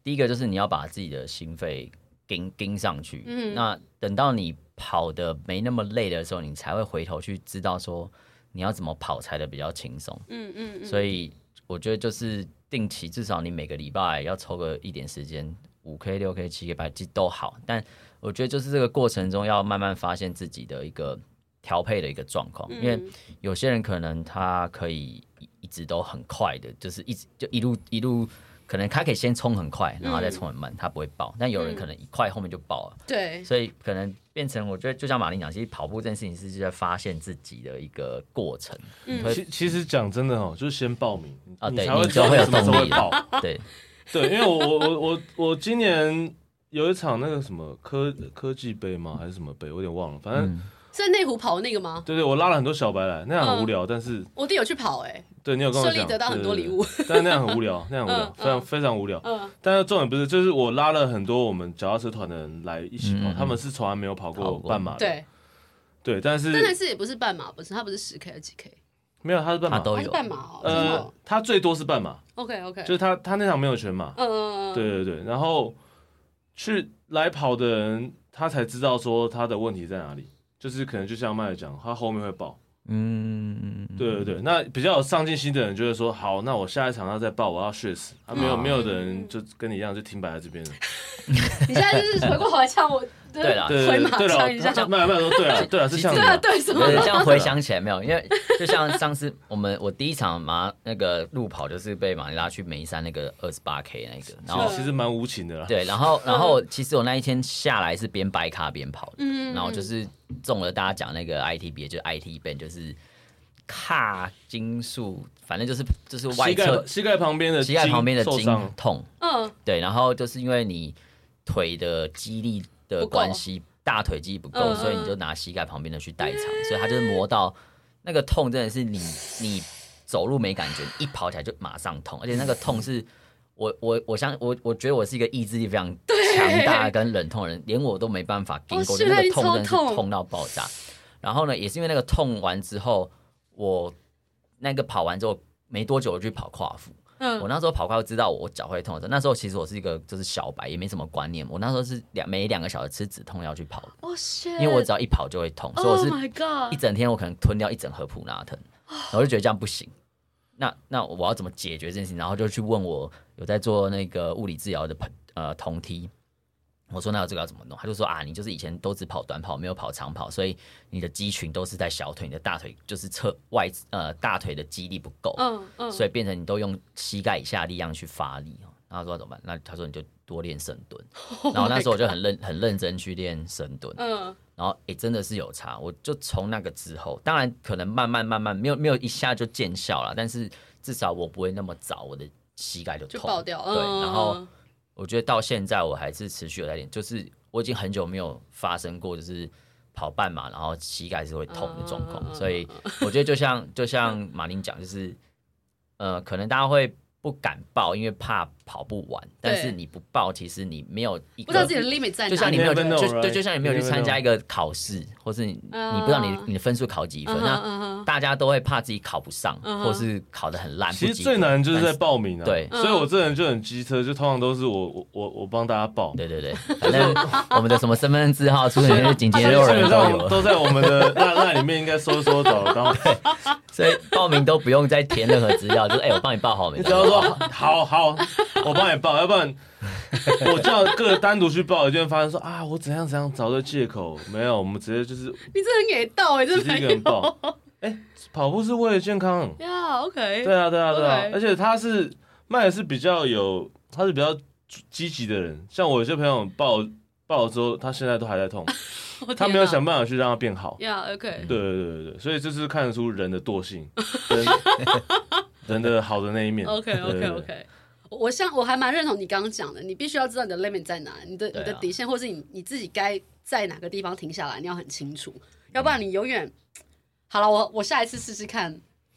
B: 第一个就是你要把自己的心肺盯盯上去。
A: 嗯
B: 那等到你跑的没那么累的时候，你才会回头去知道说你要怎么跑才的比较轻松。
A: 嗯嗯嗯嗯，
B: 所以我觉得就是定期，至少你每个礼拜要抽个一点时间，五 K、六 K、七 K、八 K 都好。但我觉得就是这个过程中要慢慢发现自己的一个调配的一个状况，
A: 嗯
B: 因为有些人可能他可以一一直都很快的，就是一直就一路一路。可能他可以先冲很快，然后再冲很慢，他不会爆。但有人可能一快后面就爆了，
A: 对，
B: 所以可能变成我觉得就像马林讲，其实跑步这件事情是在发现自己的一个过程。
A: 嗯
B: 会
C: 其其实讲真的哦，就是先报名，
B: 啊
C: 你
B: 对
C: 才会
B: 你
C: 知道
B: 就会有
C: 什么时候
B: 动
C: 会
B: 力
C: 报。
B: 对，
C: 对，因为我我我我我今年有一场那个什么科科技杯吗？还是什么杯？我有点忘了。反正、
B: 嗯
A: 是在内湖跑的那个吗？
C: 对对，我拉了很多小白来，那样很无聊。但是
A: 我弟有去跑哎、
C: 对你有跟
A: 嗯
C: 我
A: 顺利
C: 讲，
A: 得到很多
C: 对
A: 礼物。
C: 对对 *laughs* 但那样很无聊，那样很无聊，
A: 嗯
C: 非常
A: 嗯
C: 非常无聊。
A: 嗯
C: 但是重点不是，就是我拉了很多我们脚踏车团的人来一起跑
B: 嗯，嗯
C: 他们是从来没有跑
B: 跑
C: 过
B: 过
C: 半马的。
A: 对，
C: 对，但
A: 但那
C: 是
A: 次也不是半马，不是，他不是十 K 还是几 K？
C: 没有他是半
B: 他
C: 马，
B: 都
A: 他是
B: 有。
A: 半马哦，真的
C: 呃
A: 哦，
C: 他最多是半马，
A: ，OK OK，
C: 就是他他那场没有全马。
A: 嗯嗯嗯，嗯，
C: 对对对，然后去来跑的人，他才知道说他的问题在哪里，就是可能就像麦尔讲，他后面会爆。
B: 嗯，
C: 对对对，那比较有上进心的人就会说，好，那我下一场要再爆，我要血死。啊，没有
B: 嗯
C: 没有的人就跟你一样，就停摆在这边了。
A: 你现在就是回过头来呛我，对
B: 对啦
C: 对
A: 回
C: 对
A: 马
C: 对
A: 枪一下，
C: 了，麦尔麦尔说
A: *laughs*
C: 对了，对了，是像你
A: 对啊，
C: 啊。
A: 对什么
B: 有？点
C: *laughs*
B: 像回想起来没有，因为 *laughs* 就像上次我们我第一场马那个路跑就是被马尼拉去眉山那个二十八 K 那个，然后
C: 其实其实蛮无情的啦。
B: 啊对，然后然后其实我那一天下来是边白卡边跑的，
A: 嗯
B: 然后就是中了大家讲那个 ITB，就是 IT b 就是卡金属，反正就是就是外
C: 膝盖
B: 侧
C: 膝盖旁边的
B: 膝盖旁边的
C: 筋受
B: 筋
C: 伤，
B: 痛，
A: 嗯
B: 对，然后就是因为你腿的肌力的关系，大腿肌不够，
A: 嗯嗯
B: 所以你就拿膝盖旁边的去代偿，所以它就是磨到那个痛，真的是你你走路没感觉，一跑起来就马上痛，而且那个痛是。我我我相我我觉得我是一个意志力非常强大跟忍痛的人，连我都没办法顶过，
A: 哦
B: 就是
A: 那
B: 那个
A: 你
B: 痛
A: 超
B: 真的是
A: 痛
B: 痛到爆炸。然后呢，也是因为那个痛完之后，我那个跑完之后没多久我就去跑跨腹，我
A: 嗯，
B: 那时候跑快，知道我脚会痛的时候，那时候其实我是一个就是小白，也没什么观念。我那时候是两每两个小时吃止痛药去跑的，
A: 哦 shit，
B: 因为我只要一跑就会痛，所以我
A: Oh
B: 是
A: my God，
B: 一整天我可能吞掉一整盒普拿疼，然后我就觉得这样不行。那那我要怎么解决这件事情？然后就去问我有在做那个物理治疗的朋呃同梯，我说那这个要怎么弄？他就说啊，你就是以前都只跑短跑，没有跑长跑，所以你的肌群都是在小腿，你的大腿就是侧外呃大腿的肌力不够，
A: 嗯嗯，
B: 所以变成你都用膝盖以下力量去发力哦。然后他说怎么办？那他说你就多练深
A: *laughs*
B: 蹲。
A: Oh
B: 然后那时候我就很认很认真去练深蹲，
A: 嗯，
B: 然后诶真的是有差。我就从那个之后，当然可能慢慢慢慢没有没有一下就见效了，但是至少我不会那么早我的膝盖就
A: 就
B: 痛
A: 爆掉。
B: 对，
A: 嗯
B: 然后我觉得到现在我还是持续有在练，就是我已经很久没有发生过就是跑半马然后膝盖是会痛的状况，
A: 嗯嗯嗯嗯
B: 所以我觉得就像就像马林讲，就是呃，可能大家会不敢报，因为怕跑不完，但是你不报，其实你没有一
A: 不知道
B: 个
A: 自。己的 limit 在哪里，
B: 就像你没有
C: You never know,
B: 就对，
C: right?
B: 就像你没有去
C: You never
B: 参加一个考试，或是你
A: 嗯
B: 你不知道你你的分数考几分，
A: 嗯哼
B: 那
A: 嗯哼
B: 大家都会怕自己考不上，
A: 嗯哼
B: 或是考得很烂。
C: 其
B: 不
C: 实
B: 及格
C: 最难就是在
B: 但
C: 报名啊，
B: 对
A: 嗯
C: 所以我这人就很机车，就通常都是我我我我帮大家报，
B: 对对对，反正我们的什么身份字号、出生年月、紧急
C: 基
B: 六人都
C: 本上
A: *laughs*
B: 有了，
C: 都在我们的那那里面应该搜搜找得到。
B: 所以报名都不用再填任何资料，就是哎、我帮你报好没
C: 你？只要说
B: 哦
C: 好好，我帮你报，要不然我叫个人单独去报，就会发现说啊，我怎样怎样找的借口没有，我们直接就是
A: 你这很给到哎，这
C: 直接一个人报。哎，跑步是为了健康，
A: 呀，OK，
C: 对啊对啊对啊
A: OK，
C: 而且他是麦是比较有，他是比较积极的人，像我有些朋友报报了之后，他现在都还在痛，
A: 我 *laughs* 天
C: 他没有
A: 哪
C: 想办法去让他变好。
A: 呀，OK，
C: 对对对对对，所以这是看得出人的惰性，人 *laughs* 人的好的那一面。
A: OK
C: 对
A: OK。
C: 对对
A: OK，我我像我还蛮认同你刚刚讲的，你必须要知道你的 limit 在哪，你的、
B: 对啊
A: 你的底线，或是你你自己该在哪个地方停下来，你要很清楚，
B: 嗯
A: 要不然你永远好了。我我下一次试试看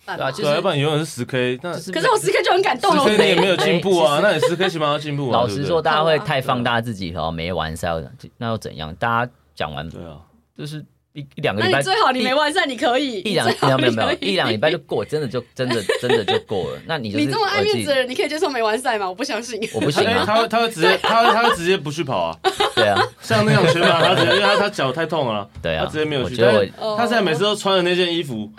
A: 办
B: 对
A: 吧。
B: 啊就是
C: 对，要不然永远是十 K，那
B: 就
C: 十
B: 是
A: 可是我时刻就很感动了，
B: 10K
A: 我
C: K 你也没有进步啊
B: 哎，
C: 那你十 K 起码要进步啊。
B: 老
C: 对
B: 实
C: 不
B: 说，
C: 对
B: 大家会太放大自己哦，没完赛，那又怎样？大家讲完
C: 对啊，
B: 就是一一两个
A: 那
B: 礼拜
A: 你，最好你没完善，你可以
B: 一两
A: 你最好
B: 没有没有
A: 你可
B: 没有
A: 以
B: 一两礼拜就过，真的就真的真的就过了。那你就是
A: 你这么爱面子的
B: 我自己，
A: 人，你可以接受没完赛吗？我不相信。
B: 我不行
C: 哎，
A: *laughs*
B: 啊，
C: 他会他会直接他会他会直接不去跑啊，
B: 对啊
C: 像那种全马，他直接因为他他脚太痛了啊，
B: *laughs* 对啊，
C: 他直接没有
B: 我
C: 去。
B: 觉得我
C: 但是他现在每次都穿的那件衣服，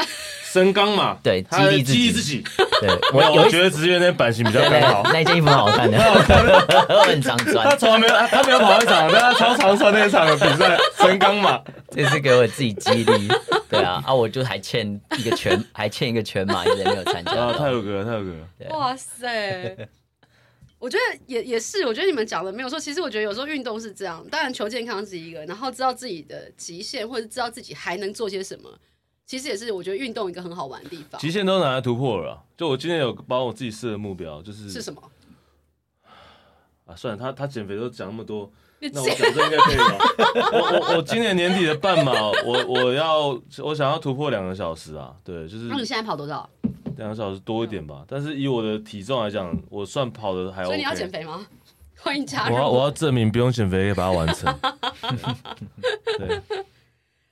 C: 神钢嘛，
B: 对
C: 他
B: 激励自己
C: 激励自己。
B: 对
A: *laughs*
C: 我
B: 我有
C: 我
B: 一
C: 觉得职业那版型比较刚好
B: *laughs* 那。那一件衣服蛮好看的，
A: *laughs*
B: *laughs* 很常穿
C: 他。从来没有，他没有跑一场，但他超常穿那一场的比赛，神钢嘛。
B: 这是给我自己激励，对啊，啊，我就还欠一个全，还欠一个全马，一直没有参加到。
C: 啊，太有格了，太有格了。
B: 对
A: 哇塞！我觉得也也是，我觉得你们讲的没有错。其实我觉得有时候运动是这样，当然求健康是一个，然后知道自己的极限，或者知道自己还能做些什么，其实也是我觉得运动一个很好玩的地方。
C: 极限都拿来突破了啊。就我今天有帮我自己设的目标，就是
A: 是什么？
C: 啊，算了，他他减肥都讲那么
A: *laughs*
C: 多，
A: 你
C: 那我讲这应该可以吧？我我我今年年底的半马，我我要我想要突破两个小时啊，对，就是
A: 那你现在跑多少？
C: 两个小时多一点吧。但是以我的体重来讲，哎我算跑的还 OK。
A: 所以你要减肥啊吗？ *laughs* 欢迎加
C: 我
A: 入。
C: 要我要证明不用减肥也可以把它完
A: *laughs*
C: 成。对，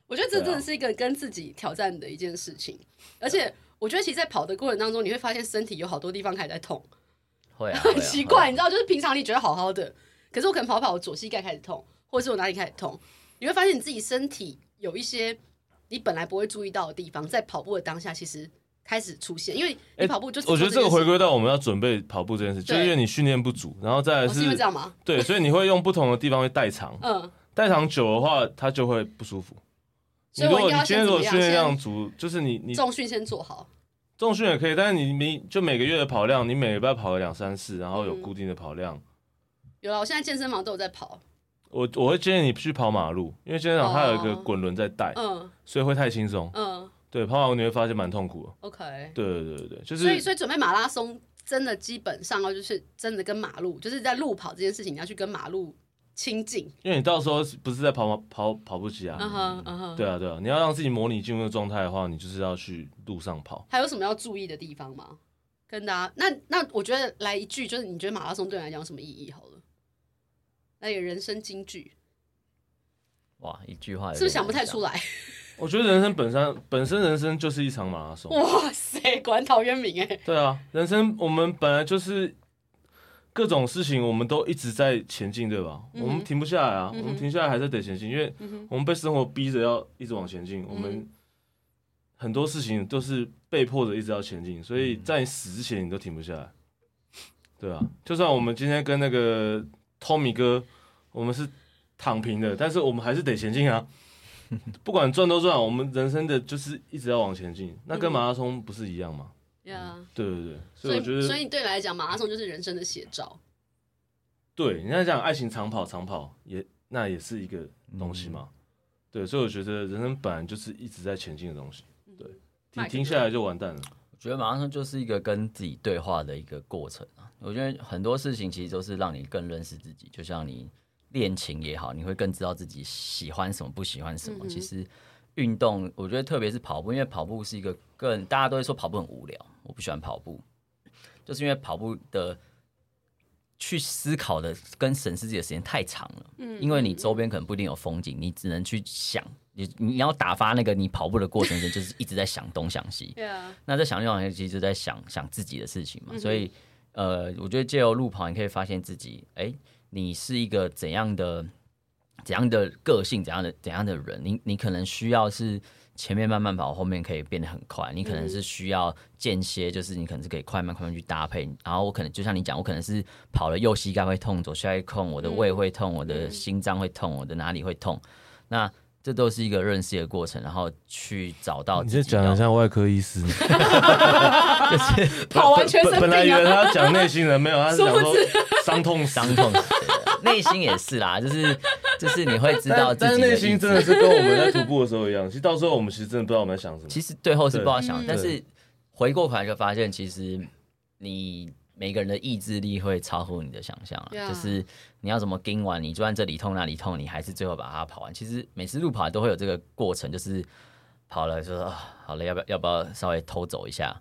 A: 我觉得这真的是一个跟自己挑战的一件事情，而且我觉得其实，在跑的过程当中，你会发现身体有好多地方还在痛。
B: 会啊，
A: 很
B: 会啊
A: 奇怪，。你知道，就是平常你觉得好好的，可是我可能跑跑，我左膝盖开始痛，或者是我哪里开始痛，你会发现你自己身体有一些你本来不会注意到的地方，在跑步的当下其实开始出现，因为你
C: 哎
A: 跑步就、
C: 我觉得这个回归到我们要准备跑步这件事，就是因为你训练不足，然后再来
A: 哦是因为这样吗？
C: 对，所以你会用不同的地方去代
A: *laughs*
C: 偿，
A: 嗯，
C: 代偿久的话，它就会不舒服。
A: 所
C: 你
A: 以
C: 如
A: 我应
C: 果
A: 该
C: 你
A: 要先
C: 今天如
A: 怎
C: 果
A: 么
C: 训练量
A: 样？
C: 足，就是你你
A: 先重训先做好，
C: 重训也可以，但是你你就每个月的跑量，你每个礼拜跑个两三次，然后有固定的跑量。
A: 有了，我现在健身房都有在跑，
C: 我我会建议你去跑马路，因为健身房它有一个滚轮在带，
A: 嗯
C: 所以会太轻松。
A: 嗯
C: 对，跑马路你会发现蛮痛苦的。
A: ，OK，
C: 对对对对，就
A: 所以
C: 是
A: 所以准备马拉松真的基本上要就是真的跟马路，就是在路跑这件事情，你要去跟马路亲近，
C: 因为你到时候不是在跑马跑跑步机啊，
A: 嗯哼嗯哼，
C: 对啊对啊，你要让自己模拟进入的状态的话，你就是要去路上跑。
A: 还有什么要注意的地方吗？跟大家，那那我觉得来一句，就是你觉得马拉松对你来讲有什么意义？好了，那也人生金句，
B: 哇，一句
C: 哎
B: 话有点
A: 是不是想不太出来？ *laughs*
C: 我觉得人生本身本身人生就是一场马拉松。
A: 哇塞，果然陶渊明哎，
C: 对啊，人生我们本来就是各种事情，我们都一直在前进，对吧？
A: 嗯哼
C: 我们停不下来啊，
A: 嗯哼
C: 我们停下来还是得前进，因为
A: 嗯哼嗯
C: 我们被生活逼着要一直往前进，我们很多事情都是被迫着一直要前
A: 嗯
C: 进，所以在你死之前你都停不下来，对啊，就算我们今天跟那个 Tommy 哥，我们是躺
A: 嗯
C: 平的，但是我们还是得前
A: *laughs*
C: 进啊。不管赚都赚，我们人生的就是一直要往前进，那跟
A: 嗯
C: 马拉松不是一样吗？
A: 呀、
C: 对对对，所
A: 所
C: 以
A: 以
C: 我觉得
A: 所以你对你来讲，马拉松就是人生的写照。
C: 对，人家讲爱情长跑，长跑也那也是一个东西
A: 嗯
C: 嘛。对，所以我觉得人生本来就是一直在前进的东西。
A: 嗯
C: 对，停
A: 麦克
C: 停下来就完蛋了。
B: 我觉得马上就是一个跟自己对话的一个过程啊。我觉得很多事情其实都是让你更认识自己，就像你练琴也好，你会更知道自己喜欢什么，不喜欢什么。其实运动，我觉得特别是跑步，因为跑步是一个更大家都会说跑步很无聊，我不喜欢跑步，就是因为跑步的去思考的跟审视自己的时间太长了。因为你周边可能不一定有风景，你只能去想。你你要打发那个你跑步的过程中，就是一直在想东想西。
A: 对啊，
B: 那在想这种东西，其实就在想想自己的事情嘛。所以，呃，我觉得借由路跑，你可以发现自己，哎、你是一个怎样的怎样的个性，怎样的怎样的人。你你可能需要是前面慢慢跑，后面可以变得很快。你可能是需要间歇，就是你可能是可以快慢快慢去搭配。然后我可能就像你讲，我可能是跑了右膝盖会痛，左膝盖会痛，我的胃会痛，我的心脏会痛，我的哪里会痛。那这都是一个认识的过程，然后去找到
C: 你
B: 自
C: 这
B: 己
C: 讲
B: 要
C: 的像外科医师，
A: 跑 *laughs* 完全
C: 本
A: 生
C: 本来以
A: 病
C: 为
A: 啊，
C: 他要讲内心人，没有，他是讲
A: *laughs* 殊
C: 说
A: 不
C: *laughs* 伤痛死
B: 伤痛死了，内心也是啦，就是就是你会知道
C: *laughs* 但
B: 自己
C: 但是
B: 的
C: 内
B: 意
C: 心
B: 志
C: 真的是跟我们在徒步的时候一样，其实到时候我们其实真的不知道我们在想什么。
B: 其实最后是不知道想，
A: 对
C: 嗯
B: 但是回过头来就发现，其实你每个人的意志力会超乎你的想象啊。
A: Yeah
B: 就是你要怎么盯完，你就算这里痛那里痛，你还是最后把它跑完。其实每次路跑都会有这个过程，就是跑了就说啊，好了，要不要要不要稍微偷走一下？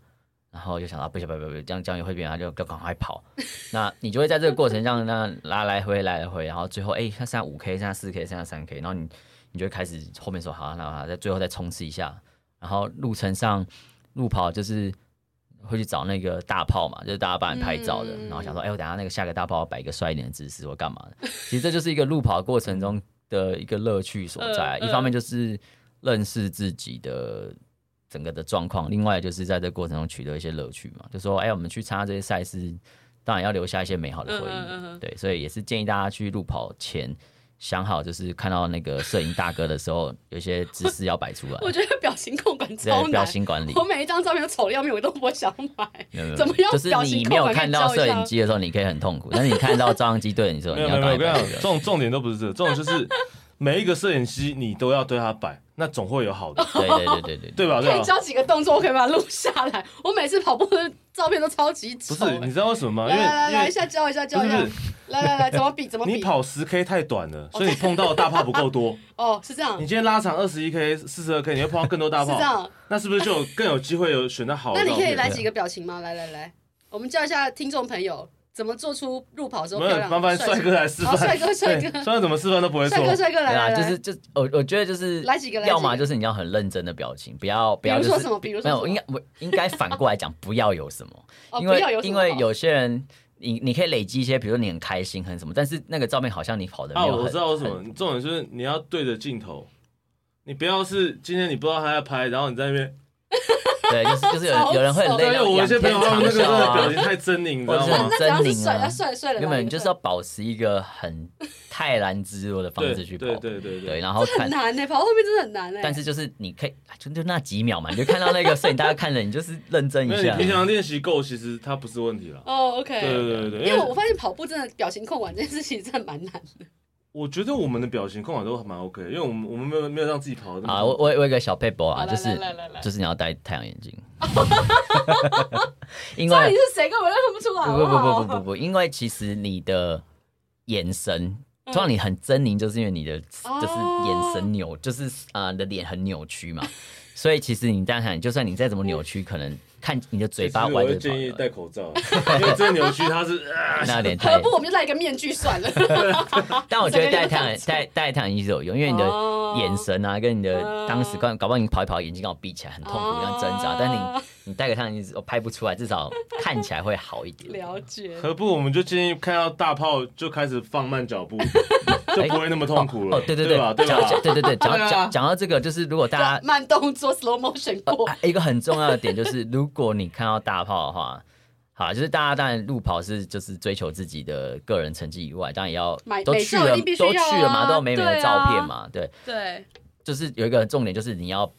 B: 然后就想到不行不行不行，这样这样也会变，啊他就就赶快跑。 *laughs* 那你就会在这个过程上，那拉来回来来回，然后最后哎，他剩下五 K，剩下四 K，剩下三 K，然后你你就会开始后面说好，啊那那再最后再冲刺一下。然后路程上路跑就是会去找那个大炮嘛，就是大家帮你拍照的，
A: 嗯
B: 然后想说，哎、我等下那个下个大炮我摆一个帅一点的姿势或干嘛的。其实这就是一个路跑过程中的一个乐趣所在。啊
A: 嗯嗯
B: 一方面就是认识自己的整个的状况，另外就是在这过程中取得一些乐趣嘛。就说，哎、我们去参加这些赛事，当然要留下一些美好的回忆。
A: 嗯嗯嗯嗯
B: 对，所以也是建议大家去路跑前。想好，就是看到那个摄影大哥的时候，有一些姿势要摆出来。
A: 我觉得表情控管超
B: 对，表
A: 难。
B: 情管理
A: 我。每一张照片都丑的要命，我都不会想买。
B: 没有没有
A: 怎么样
B: 就是
A: 表情
B: 你
A: 控
B: 没有
A: 管可以
B: 看到
A: 教一
B: 摄
A: 下
B: 影机的时候，你可以很痛苦；但是你看到照相机对你说，
C: 没
B: 你
C: 有没
B: 要
C: 有没
B: 打
C: 有，
B: 一百
C: 我跟你
B: 个
C: 讲，重重点都不是这个，重点就是每一个摄影机你都要对他摆，那总会
A: *laughs*
C: 有好的，
B: 对对对对对对。
C: 对吧？
A: 可
C: 对
A: 以
C: 吧？
A: 教几个动作，我可以把它录下来。我每次跑步的照片都超级
C: 不
A: 丑。
C: 是，你
A: 哎
C: 知道为什么吗？
A: 来
C: 因为
A: 来来
C: 因
A: 来，
C: 为
A: 一下教一下教一下
C: 不是，
A: 来来来，怎么比怎么比？
C: 你跑十 K 太短了，所以你碰到的大炮不够
A: *laughs*
C: 多。
A: 哦，是这样，
C: 你
A: 是
C: 今天拉长二十一 K、四十二 K，你会碰到更多大
A: 这
C: 炮，
A: 样。
C: 那是不是就有更有机会有选到好的
A: 那
C: 照
A: 你
C: 片？
A: 可以来几个表情吗？来来来，我们教一下听众朋友怎么做出路跑的时候
C: 没
A: 漂
C: 有，
A: 亮。
C: 麻烦帅哥来示
A: 好，
C: 范。
A: 帅哥帅
C: 对，
A: 哥
C: 帅哥怎么示范都不会错
A: 帅。哥帅哥来
B: 对
A: 来
B: 啊，
A: 来，
B: 就是就我我觉得就是
A: 来几个来几个
B: 要么就是你要很认真的表情，不要不要
A: 比
B: 就
A: 如
B: 是
A: 说什么比如说
B: 没有
A: 什么
B: 应该我应该反过来讲， *laughs* 不要有什么，
A: 哦，
B: 因
A: 不要
B: 为
A: 有什
B: 因
A: 么
B: 为
A: 好
B: 有些人你你可以累积一些，比如说你很开心很什么，但是那个照片好像你跑的没
C: 啊，
B: 有很
C: 我知道为什
B: 很
C: 么，重点就是你要对着镜头，你不要是今天你不知道他在拍，然后你在那边。
B: 对，就是就是有人有人会很累，
C: 因为我有
B: 仰
C: 些
B: 天
C: 朋友他们那
B: 长
C: 个真
B: 啸
C: 的
B: 啊
C: 表情太狰狞，你知
B: 或
C: 道
B: 者
C: 吗
B: 是？
A: 那只要是帅，
B: 狰狞啊
A: 要帅帅的来，
B: 根本就是
A: 帅
B: 要保持一个很泰然自若的方
C: 对
B: 式去跑，
C: 对对对
B: 对
C: 对，
B: 然后
A: 很
B: 看，
A: 难欸呢，跑到后面真的很难呢。
B: 但是就是你可以就就那几秒嘛，你就看到那个摄影大家看了，你就是认真
C: 因
B: 一
C: 为
B: 下
C: 你。平常练习够，其实它不是问题了。
A: 哦
C: 对
A: ，OK，
C: 对对对，
A: 因
C: 因
A: 为我
C: 为
A: 发现跑步真的表情控管这件事情真的蛮难的。
C: 我觉得我们的表情控管都蛮 OK，因为我们我们没有没有让自己跑得那么
B: 啊，我我我有一个小 paper 啊，
A: 好来
B: 就是
A: 来来来来
B: 就是你要戴太阳眼
A: *laughs*
B: 镜，因
A: 到底
B: 为
A: 是谁根本就看不出来，
B: 不
A: 好
B: 不
A: 好嗯
B: 不不不不，因为其实你的眼神。通常你很狰狞，就是因为你的
A: 哦
B: 就是眼神扭，就是啊、呃你的脸很扭曲嘛，所以其实你这样看，就算你再怎么扭
A: 嗯
B: 曲，可能看你的嘴巴
C: 其实我
B: 歪
C: 会
B: 着跑
C: 建议
B: 的
C: 戴口罩， *laughs* 因为这扭曲它是啊
B: *laughs* 那脸太
A: *laughs* 何不我们就戴一个面具算了？ *laughs*
B: 但我觉得戴
A: 整个就
B: 太阳
A: 看出
B: 戴戴太阳镜是有用，因为你的眼神啊，跟你的当时搞搞不好你跑一跑，眼睛刚好闭起来，很痛苦，像挣扎。但你你戴个太阳镜，哦我拍不出来，至少看起来会好一
A: *laughs*
B: 点。
A: 了解，
C: 何不我们就建议看到大炮就开始放慢脚
B: *laughs*
C: 步，就不会那么痛苦了。
B: 哦，对
C: 对
B: 对，
C: 吧？
B: 讲
C: 对吧？
B: 讲对对对，讲
C: 对啊
B: 讲讲到这个，就是如果
A: *laughs*
B: 大家
A: 慢动作 slow motion 过，
B: 呃一个很重要的点就是，如果你看到大炮的话，好，就是大家当然路跑是就是追求自己的个人成绩以外，当然也要
A: 买
B: 都
A: 美
B: 去
A: 照
B: 了
A: 一定必须
B: 都
A: 要啊
B: 去了嘛，都有美美的
A: 对啊
B: 照片嘛，对。
A: 对，
B: 就是有一个重点，就是你要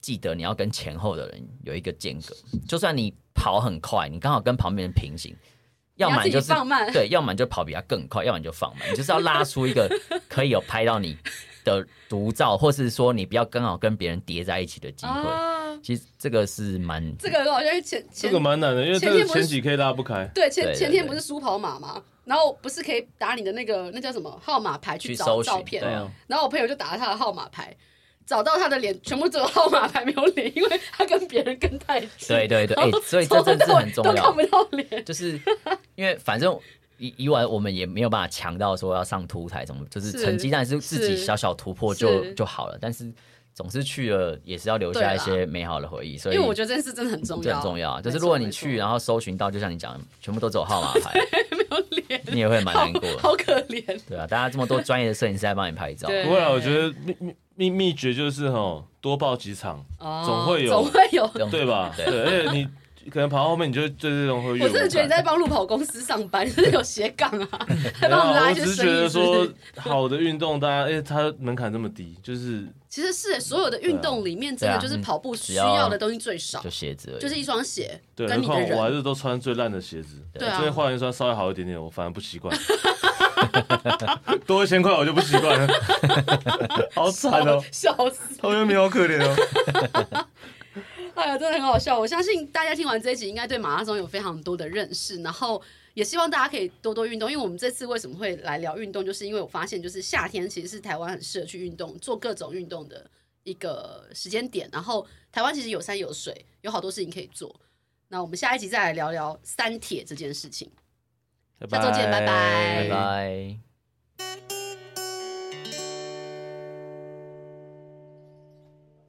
B: 记得你要跟前后的人有一个间隔，就算你跑很快，你刚好跟旁边人平行，要么
A: 你要
B: 就
A: 自己
B: 是
A: 放慢
B: 对，要么就跑比他更快，要么你就放慢，你就是要拉出一个可以有拍到你的独照，或是说你不要刚好跟别人叠在一起的机会。
A: 啊，
B: 其实这个是
A: *laughs*
B: 蛮
A: 这个好像是前
C: 这
A: 前
C: 个蛮难的，因为这
A: 前
C: 个
A: 天不是
C: 前几 K 拉不开，
A: 对
B: 对
A: 前
B: 对
A: 前天
B: 对
A: 不是输跑马吗？然后不是可以打你的那个那叫什么号码牌
B: 去
A: 找
B: 搜寻
A: 照片
B: 对啊
A: 吗？然后我朋友就打了他的号码牌，找到他的脸，全部只有号码牌没有脸，因为他跟别人跟太近。
B: 对对
A: *laughs*
B: 对，哎、
A: 然后
B: 所以这真的是
A: 从头到尾
B: 很重
A: 都看
B: 要，
A: 不到脸。
B: 就是因为反正以以往我们也没有办法强到说要上凸台什么，就是
A: 是
B: 成绩但是自己
A: 是
B: 小小突破就是就好了，但是总是去了也是要留
A: 对
B: 下
A: 啦
B: 一些美好的回忆，所以
A: 因为我觉得这件事真的很重
B: 这
A: 要，
B: 很重要。啊就是
A: 没错
B: 如果你
A: 没
B: 去，
A: 错
B: 然后搜寻到，就像你讲，全部都走号码牌，
A: *laughs* 没有脸，
B: 你也会蛮难过
A: *laughs*
B: 的
A: 好好可怜。
B: 对啊，大家这么多专业的摄影师在帮你拍照，
A: 对
C: 不会啊，我觉得秘秘秘秘诀就是吼，多报几场，
A: 哦
C: 总会有
A: 总会有。
B: 这种
C: 对吧？
B: 对
C: 对，而且你可能跑到后面，你就对这种会越
A: 我真的觉得你在帮路跑公司上班，是有斜杠
C: *laughs*
A: 啊，还帮我们拉
C: 我
A: 一些
C: 只是
A: 生
C: 觉得
A: 意。是不
C: 说
A: 是，
C: 好的运动，大家哎，它门槛这么低，就是
A: 其实是所有的运动里面，
B: 对
A: 真
B: 啊
A: 的就是
B: 嗯
A: 跑步需
B: 只要
A: 要的东西最少
B: 就，鞋子而已，
A: 就是一双鞋
C: 对，
A: 跟
C: 何
A: 你的
C: 况我
A: *laughs*
C: 还
A: 人。
C: 是都穿最烂的鞋子，
A: 对啊
C: 这边换一双稍微好一点点，我反而不习惯。 *laughs* 多一千块我就不习惯了， *laughs* 好惨哦！
A: *laughs* 笑死！
C: 陶渊明好可怜哦。
A: 哎呀，真的很好笑。我相信大家听完这一集，应该对马拉松有非常多的认识，然后也希望大家可以多多运动。因为我们这次为什么会来聊运动，就是因为我发现，就是夏天其实是台湾很适合去运动、做各种运动的一个时间点。然后台湾其实有山有水，有好多事情可以做。那我们下一集再来聊聊三铁这件事情。下周见拜拜
B: 拜拜。